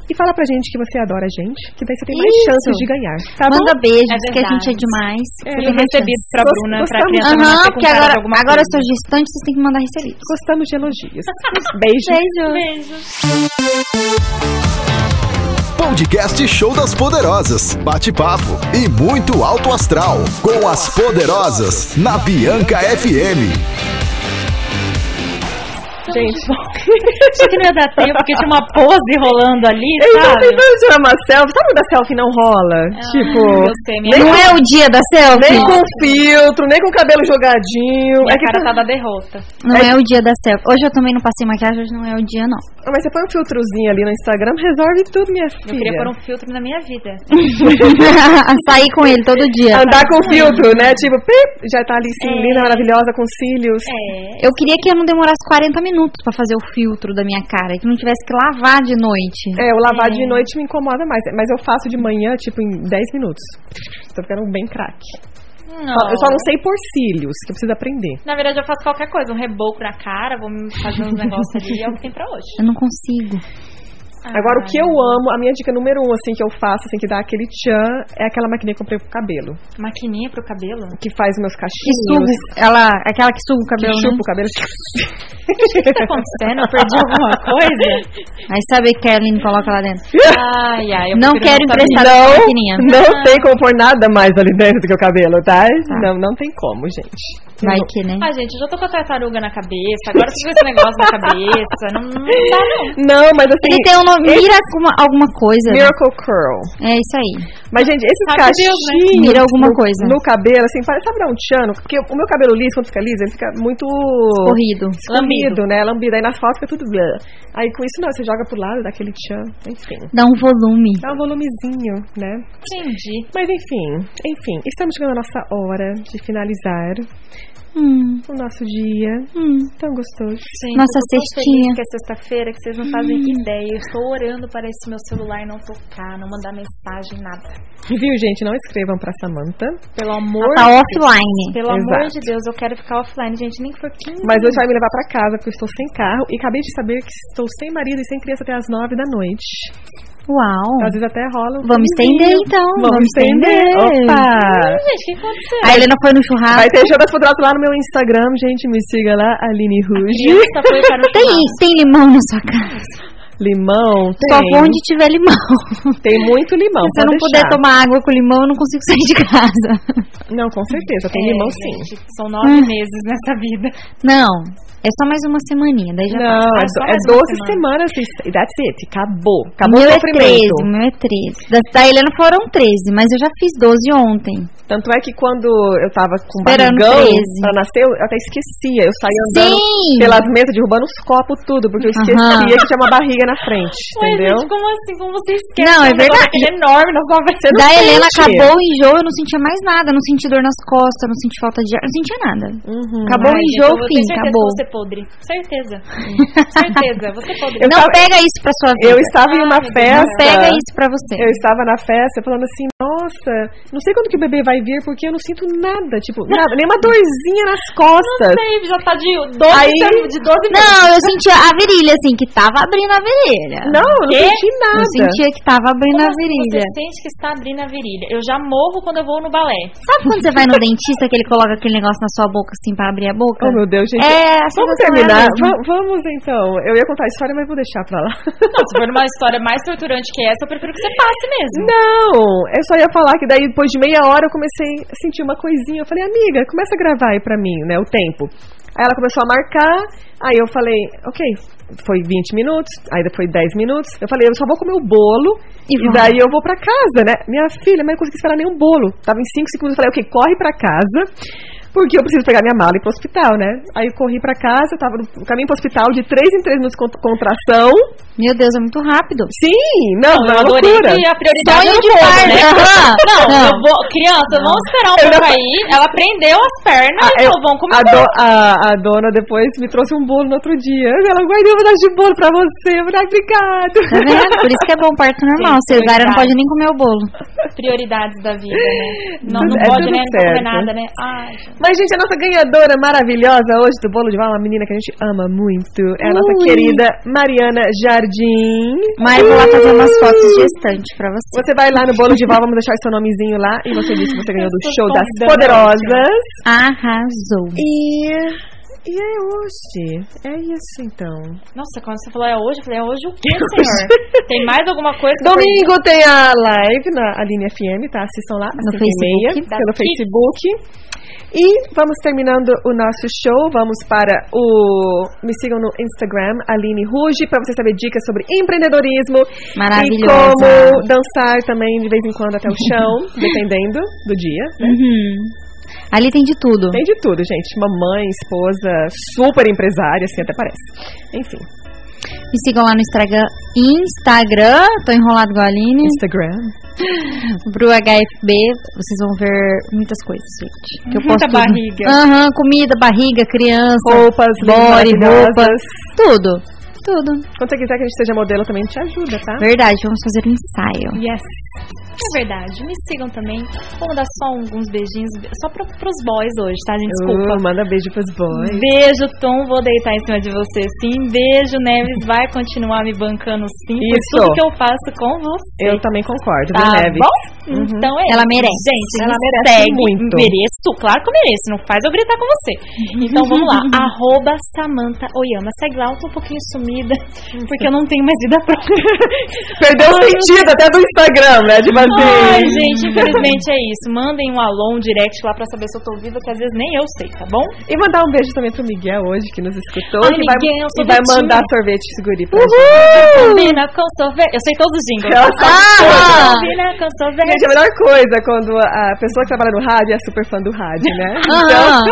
C: E fala pra gente que você adora a gente, que daí você tem mais
F: Isso.
C: chances de ganhar. Tá bom?
F: Manda beijos,
E: É
F: que a gente é
E: verdade.
F: demais.
C: É,
F: Você
E: E
F: tem mais
E: recebido pra
C: Gost-
E: Bruna, pra
C: gostamos.
E: criança
F: chance.
E: não
F: Aham,
E: nascer com
F: porque
E: cara
F: agora,
E: de alguma
F: agora eu
E: coisa.
F: sou gestante, vocês têm que mandar recebidos.
C: Gostamos de
E: [LAUGHS]
C: elogios. Beijo.
F: Beijos.
A: Podcast Show das Poderosas. Bate-papo e muito alto astral. Com as poderosas na Bianca FM.
C: Gente,
E: Achei que não ia dar tempo, porque tinha uma pose rolando ali,
C: eu tô
E: sabe? Ah,
C: tentando tirar uma selfie. Sabe quando a selfie não rola? tipo,
E: Eu sei, minha,
F: Não é o dia da selfie?
C: nem com filtro, nem com o cabelo jogadinho.
E: minha
C: É que
E: cara
C: tá-
E: tá da derrota.
F: Não é o dia da selfie. Hoje eu também não passei maquiagem, hoje não é o dia, não. [LAUGHS]
C: Mas você põe um filtrozinho ali no Instagram, resolve tudo, minha
E: Eu queria pôr
C: filha.
E: um filtro na minha vida.
F: Sair com ele todo dia.
C: Andar tá com filtro, né? Tipo, pip, já tá ali, sim, linda, maravilhosa, com cílios.
E: É.
F: Eu queria que eu não demorasse 40 minutos pra fazer o filtro da minha cara, que não tivesse que lavar de noite.
C: É, o lavar de noite me incomoda mais, mas eu faço de manhã, tipo, em 10 minutos. Tô ficando bem craque.
E: Não.
C: Eu só não sei por cílios, que eu preciso aprender.
E: Na verdade, eu faço qualquer coisa. Um reboco na cara, vou me fazer
C: [LAUGHS]
E: uns negócios ali. É o que tem pra hoje. Ah,
F: Eu não consigo.
C: Agora, o que eu amo, a minha dica número um, assim, que eu faço, assim, que dá aquele tchan, é aquela maquininha que eu comprei pro cabelo,
E: Maquininha pro cabelo?
C: que faz meus
F: Que suga,
C: cachinhos.
F: ela, aquela que suga o
C: Que
F: cabelo, né?
C: chupa o cabelo. tipo assim. [LAUGHS]
E: O que tá acontecendo? Eu perdi alguma coisa?
F: Aí sabe que a Kathleen coloca lá dentro.
E: Ai, ai. Eu
F: não
E: prefiro
F: quero
E: saber.
F: emprestar essa maquininha.
C: Não tem como pôr nada mais ali dentro do que o cabelo, tá? Não, não tem como, gente.
F: Vai que, né?
E: Ah, gente, eu já tô com a tartaruga na cabeça. Agora eu preciso esse negócio na cabeça. Não, não dá, não.
C: Não, mas assim,
F: Ele tem um nome, mira alguma, alguma coisa. né?
C: Miracle Curl.
F: É isso aí.
C: Mas, gente, esses
E: Sabe Deus, né?
C: cachinhos
F: Mira alguma
C: no,
F: coisa.
C: no cabelo, assim, parece, sabe dar um tchano? Porque o meu cabelo liso, quando fica liso, ele fica muito...
F: Corrido.
C: Lambido, né? Lambido. Aí nas fotos fica tudo... blá. Aí com isso, não, você joga pro lado, dá aquele tchan. Enfim.
F: Dá um volume.
C: Dá um volumezinho, né?
E: Entendi.
C: Mas enfim, enfim, estamos chegando à nossa hora de finalizar
F: Hum,
C: o nosso dia
F: hum.
C: tão gostoso.
E: Gente,
F: Nossa
E: eu tô tão
F: cestinha.
E: feliz Que é sexta-feira, que vocês não fazem ideia. Eu estou orando para esse meu celular não tocar, não mandar mensagem, nada.
C: Viu, gente? Não escrevam pra Samantha.
E: Pelo amor
F: Tá
E: de
F: offline.
E: Pelo amor
C: Exato.
E: de Deus, eu quero ficar offline, gente. Nem que for 15
C: Mas hoje vai me levar pra casa, porque eu estou sem carro. E acabei de saber que estou sem marido e sem criança até as nove da noite.
F: Uau.
C: Às vezes até rola um
F: Vamos
C: filmezinho.
F: estender então. Uhum.
C: Vamos, estender. Opa!
E: Hum, Gente, o que aconteceu?
F: Aí ele não foi no churrasco.
C: Vai ter show das poderosas lá no meu Instagram, gente. Me siga lá, Aline Ruge.
E: Criança foi
C: [LAUGHS]
E: para o
F: Tem,
E: churrasco.
F: tem limão na sua casa.
C: Limão, tem.
F: Só onde tiver limão.
C: Tem muito limão.
F: [LAUGHS] Se eu não
C: pode
F: puder
C: deixar.
F: tomar água com limão, eu não consigo sair de casa.
C: Não, com certeza. Tem
E: É,
C: limão sim.
E: gente, são nove meses nessa vida.
F: Não, é só mais uma semaninha, daí já
C: Não, é,
F: passa.
E: só
C: do- é
E: mais uma
C: 12
E: semana.
C: semanas e e that's it. Acabou.
F: O
C: Acabou o
F: meu é 13,
C: sofrimento.
F: o meu é 13. Da, da Helena foram 13, mas eu já fiz 12 ontem.
C: Tanto é que quando eu tava com
F: Esperando
C: barrigão
F: 13.
C: pra nascer, eu até esquecia. Eu saía andando
F: Sim!
C: pelas mesas, derrubando os copos, tudo, porque eu esquecia
F: Aham.
C: que tinha uma barriga na frente,
E: Ué,
C: entendeu?
E: gente, como assim? Como você esquece?
F: Não,
E: um
F: é
E: negócio
F: verdade.
E: daquele enorme na sua
C: Você não
F: da Helena
C: sente.
F: acabou o enjoo, eu não sentia mais nada. eu Não senti dor nas costas, eu não senti falta de ar, eu não sentia nada.
C: Uhum.
F: Acabou o enjoo, fim,
E: certeza
F: acabou.
E: Que você é podre. Certeza. certeza, você é podre.
C: [LAUGHS] Eu
F: Não
C: tava-
F: pega isso pra sua vida.
C: Eu estava em uma
E: meu Deus,
C: festa.
F: Não pega isso pra você.
C: Eu estava na festa falando assim, nossa, não sei quando que o bebê vai vir, porque eu não sinto nada,
F: [LAUGHS]
C: tipo, nada, nenhuma dorzinha nas costas.
E: Dave já tá de 12,
C: Aí-
E: de 12 meses.
F: Não, eu sentia a virilha, assim, que tava abrindo a virilha.
C: Não, eu não
E: Quê?
C: senti nada.
F: Eu sentia que tava abrindo
E: Como
F: a
E: assim
F: virilha.
E: Você sente que está abrindo a virilha. Eu já morro quando eu vou no balé.
F: Sabe quando você vai no dentista que ele coloca aquele negócio na sua boca, assim, pra abrir a boca?
C: Oh, meu Deus,
F: [LAUGHS]
C: gente.
F: É, a
C: Vamos
F: sensação é a
C: terminar.
F: mesma.
C: Va- vamos então. Eu ia contar a história, mas vou deixar pra lá.
F: [LAUGHS]
E: Não, se for uma história mais torturante que essa, eu prefiro que você passe mesmo.
C: Não, eu só ia falar que daí depois de meia hora eu comecei a sentir uma coisinha. Eu falei, amiga, começa a gravar aí pra mim, né, o tempo. Aí ela começou a marcar, aí eu falei, ok, foi 20 minutos, aí foi 10 minutos. Eu falei, eu só vou comer o bolo
F: E
C: e,
F: vai.
C: daí eu vou pra casa, né? Minha filha, mas eu não consegui esperar nenhum bolo. Tava em 5 segundos, eu falei, ok, corre pra casa. Porque eu preciso pegar minha mala e ir pro hospital, né? Aí eu corri pra casa, eu tava no caminho pro hospital de 3 em 3 minutos cont- contração.
F: Meu Deus, é muito rápido.
C: Sim, não, não, é
E: Eu
C: uma
E: adorei
C: loucura.
E: que a prioridade é
F: Sonho
E: o
F: de
E: povo,
F: pai,
E: né?
F: [LAUGHS] aham.
E: Não,
F: Não.
E: eu vou- criança, vamos esperar um
C: Eu
E: pouco
C: não-
E: aí. Ela prendeu as pernas,
C: Ah, eu-
E: então vamos
C: a,
E: começar.
C: do- a- a dona depois me trouxe um bolo no outro dia. Ela, guardei um pedaço de bolo pra você. Eu falei, "Ai, obrigado.
F: Tá vendo? Por isso que é bom parto normal.
E: Sim,
F: Cesárea
E: verdade.
F: não pode nem comer o bolo.
E: Prioridades da
C: [LAUGHS]
E: vida, né? Não, não
C: Tudo- é
E: pode,
C: tudo
E: né? Não pode
C: certo.
E: comer nada, né? Ai, gente.
C: [LAUGHS] Mas, gente, a nossa ganhadora maravilhosa hoje do bolo de vala, uma menina que a gente ama muito, é a nossa
F: Ui.
C: querida Mariana Jardim.
F: Mari, vou lá fazer umas fotos de gestante pra você.
C: Você vai lá no bolo de val, vamos deixar seu nomezinho lá. E você disse que você ganhou do
E: Essas
C: show das
E: convidadas.
C: poderosas.
F: Arrasou.
C: E, e é hoje. É isso então.
E: Nossa, quando você falou é hoje, eu falei, é hoje o
C: [LAUGHS]
E: quê, senhor? Tem mais alguma coisa? que eu perdi?
C: Domingo tem a live na Aline FM, tá? Assistam lá, às
F: No
C: 5 e meia,
F: Facebook,
C: pelo Facebook. Tá E vamos terminando o nosso show. Vamos para o. Me sigam no Instagram, Aline Ruge, para você saber dicas sobre empreendedorismo e
F: Maravilhosa.
C: como dançar também de vez em quando até o chão, [LAUGHS] dependendo do dia. né?
F: Uhum. Ali tem de tudo.
C: Tem de tudo, gente. Mamãe, esposa, super empresária, assim até parece. Enfim,
F: Me sigam lá no Instagram. Instagram, tô enrolado com a Aline.
C: Instagram.
F: Pro HFB, vocês vão ver muitas coisas, gente. Que eu
E: Muita
F: posto-
E: barriga.
F: Aham, comida, barriga, criança,
C: Roupas,
F: body,
C: maravilhosas.
F: roupas, tudo. Tudo.
C: Quando você quiser que a gente seja modelo também, a gente ajuda,
E: Ah.
C: tá?
F: Verdade, vamos fazer um ensaio.
E: Yes. É verdade. Me sigam também. Vamos dar só alguns beijinhos. Só pro, pros boys hoje, tá, gente? Desculpa.
C: Uh, manda beijo pros boys.
E: Beijo, Tom. Vou deitar em cima de você, sim. Beijo, Neves. Vai continuar me bancando, sim. por
C: Isso.
E: tudo que eu faço com você.
C: Eu também concordo,
E: Tá
C: viu, Neves? Uhum.
E: bom? Então é
F: Ela
E: isso,
F: merece.
E: Gente,
C: Ela
E: me
C: merece
E: segue.
C: muito.
E: Mereço, claro que eu mereço. Não faz eu gritar com você. Então
C: [LAUGHS]
E: vamos lá. Arroba Samanta Oyama. Segue lá, eu tô um pouquinho sumida, porque eu não tenho mais vida própria.
C: [LAUGHS] Perdeu o sentido até do Instagram, né? Tipo assim.
E: Ai, gente, infelizmente é isso. Mandem um alô, um direct lá pra saber se eu tô viva, que às vezes nem eu sei, tá bom?
C: E mandar um beijo também pro Miguel hoje, que nos escutou.
E: Ai,
C: que vai,
E: Miguel,
C: e vai
E: sorvetinho.
C: mandar sorvete seguri pra gente.
E: Combina com sorvete. Eu sei todos os jingles.
C: Ela sabe tudo.
E: Combina com
C: Gente,
E: sorvete.
C: a melhor coisa é quando a pessoa que trabalha no rádio é super fã do rádio, né?
F: Aham.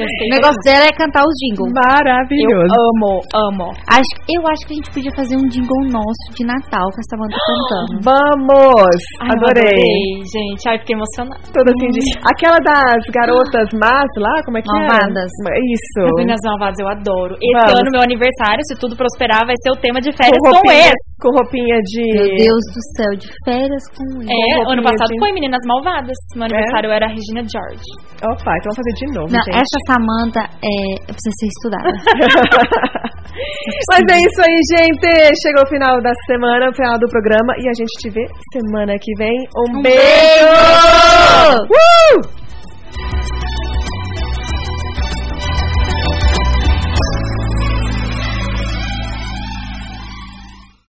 E: Eu sei
F: Então, O negócio dela é cantar os jingles.
E: Eu
C: Maravilhoso.
E: amo, amo.
F: Acho, eu acho que a gente podia fazer um jingle nosso de Natal com essa
C: [GASPS]
F: banda cantando.
C: Vamos!
E: Ai, eu
C: adorei.
E: gente. Ai, fiquei emocionada.
C: Toda assim de... Aquela das garotas más lá, como é que
F: Malvadas.
C: é? Isso.
E: As meninas malvadas eu adoro. Esse
C: Vamos.
E: ano, meu aniversário, se tudo prosperar, vai ser o tema de férias
C: Com
E: com,
C: roupinha,
E: ex.
C: com roupinha de...
F: Meu Deus do céu, de férias com ele.
C: roupinha
E: É,
C: É?
E: ano passado
C: de-
E: foi Meninas Malvadas. Meu aniversário era a Regina George.
C: Opa, então vamos fazer de novo,
F: Não,
C: gente.
F: essa Samanta é, precisa ser estudada.
C: [LAUGHS] Mas é isso aí, gente. Chegou o final da semana, o final do programa. E a gente te vê semana que vem. Um, beijo! Uh!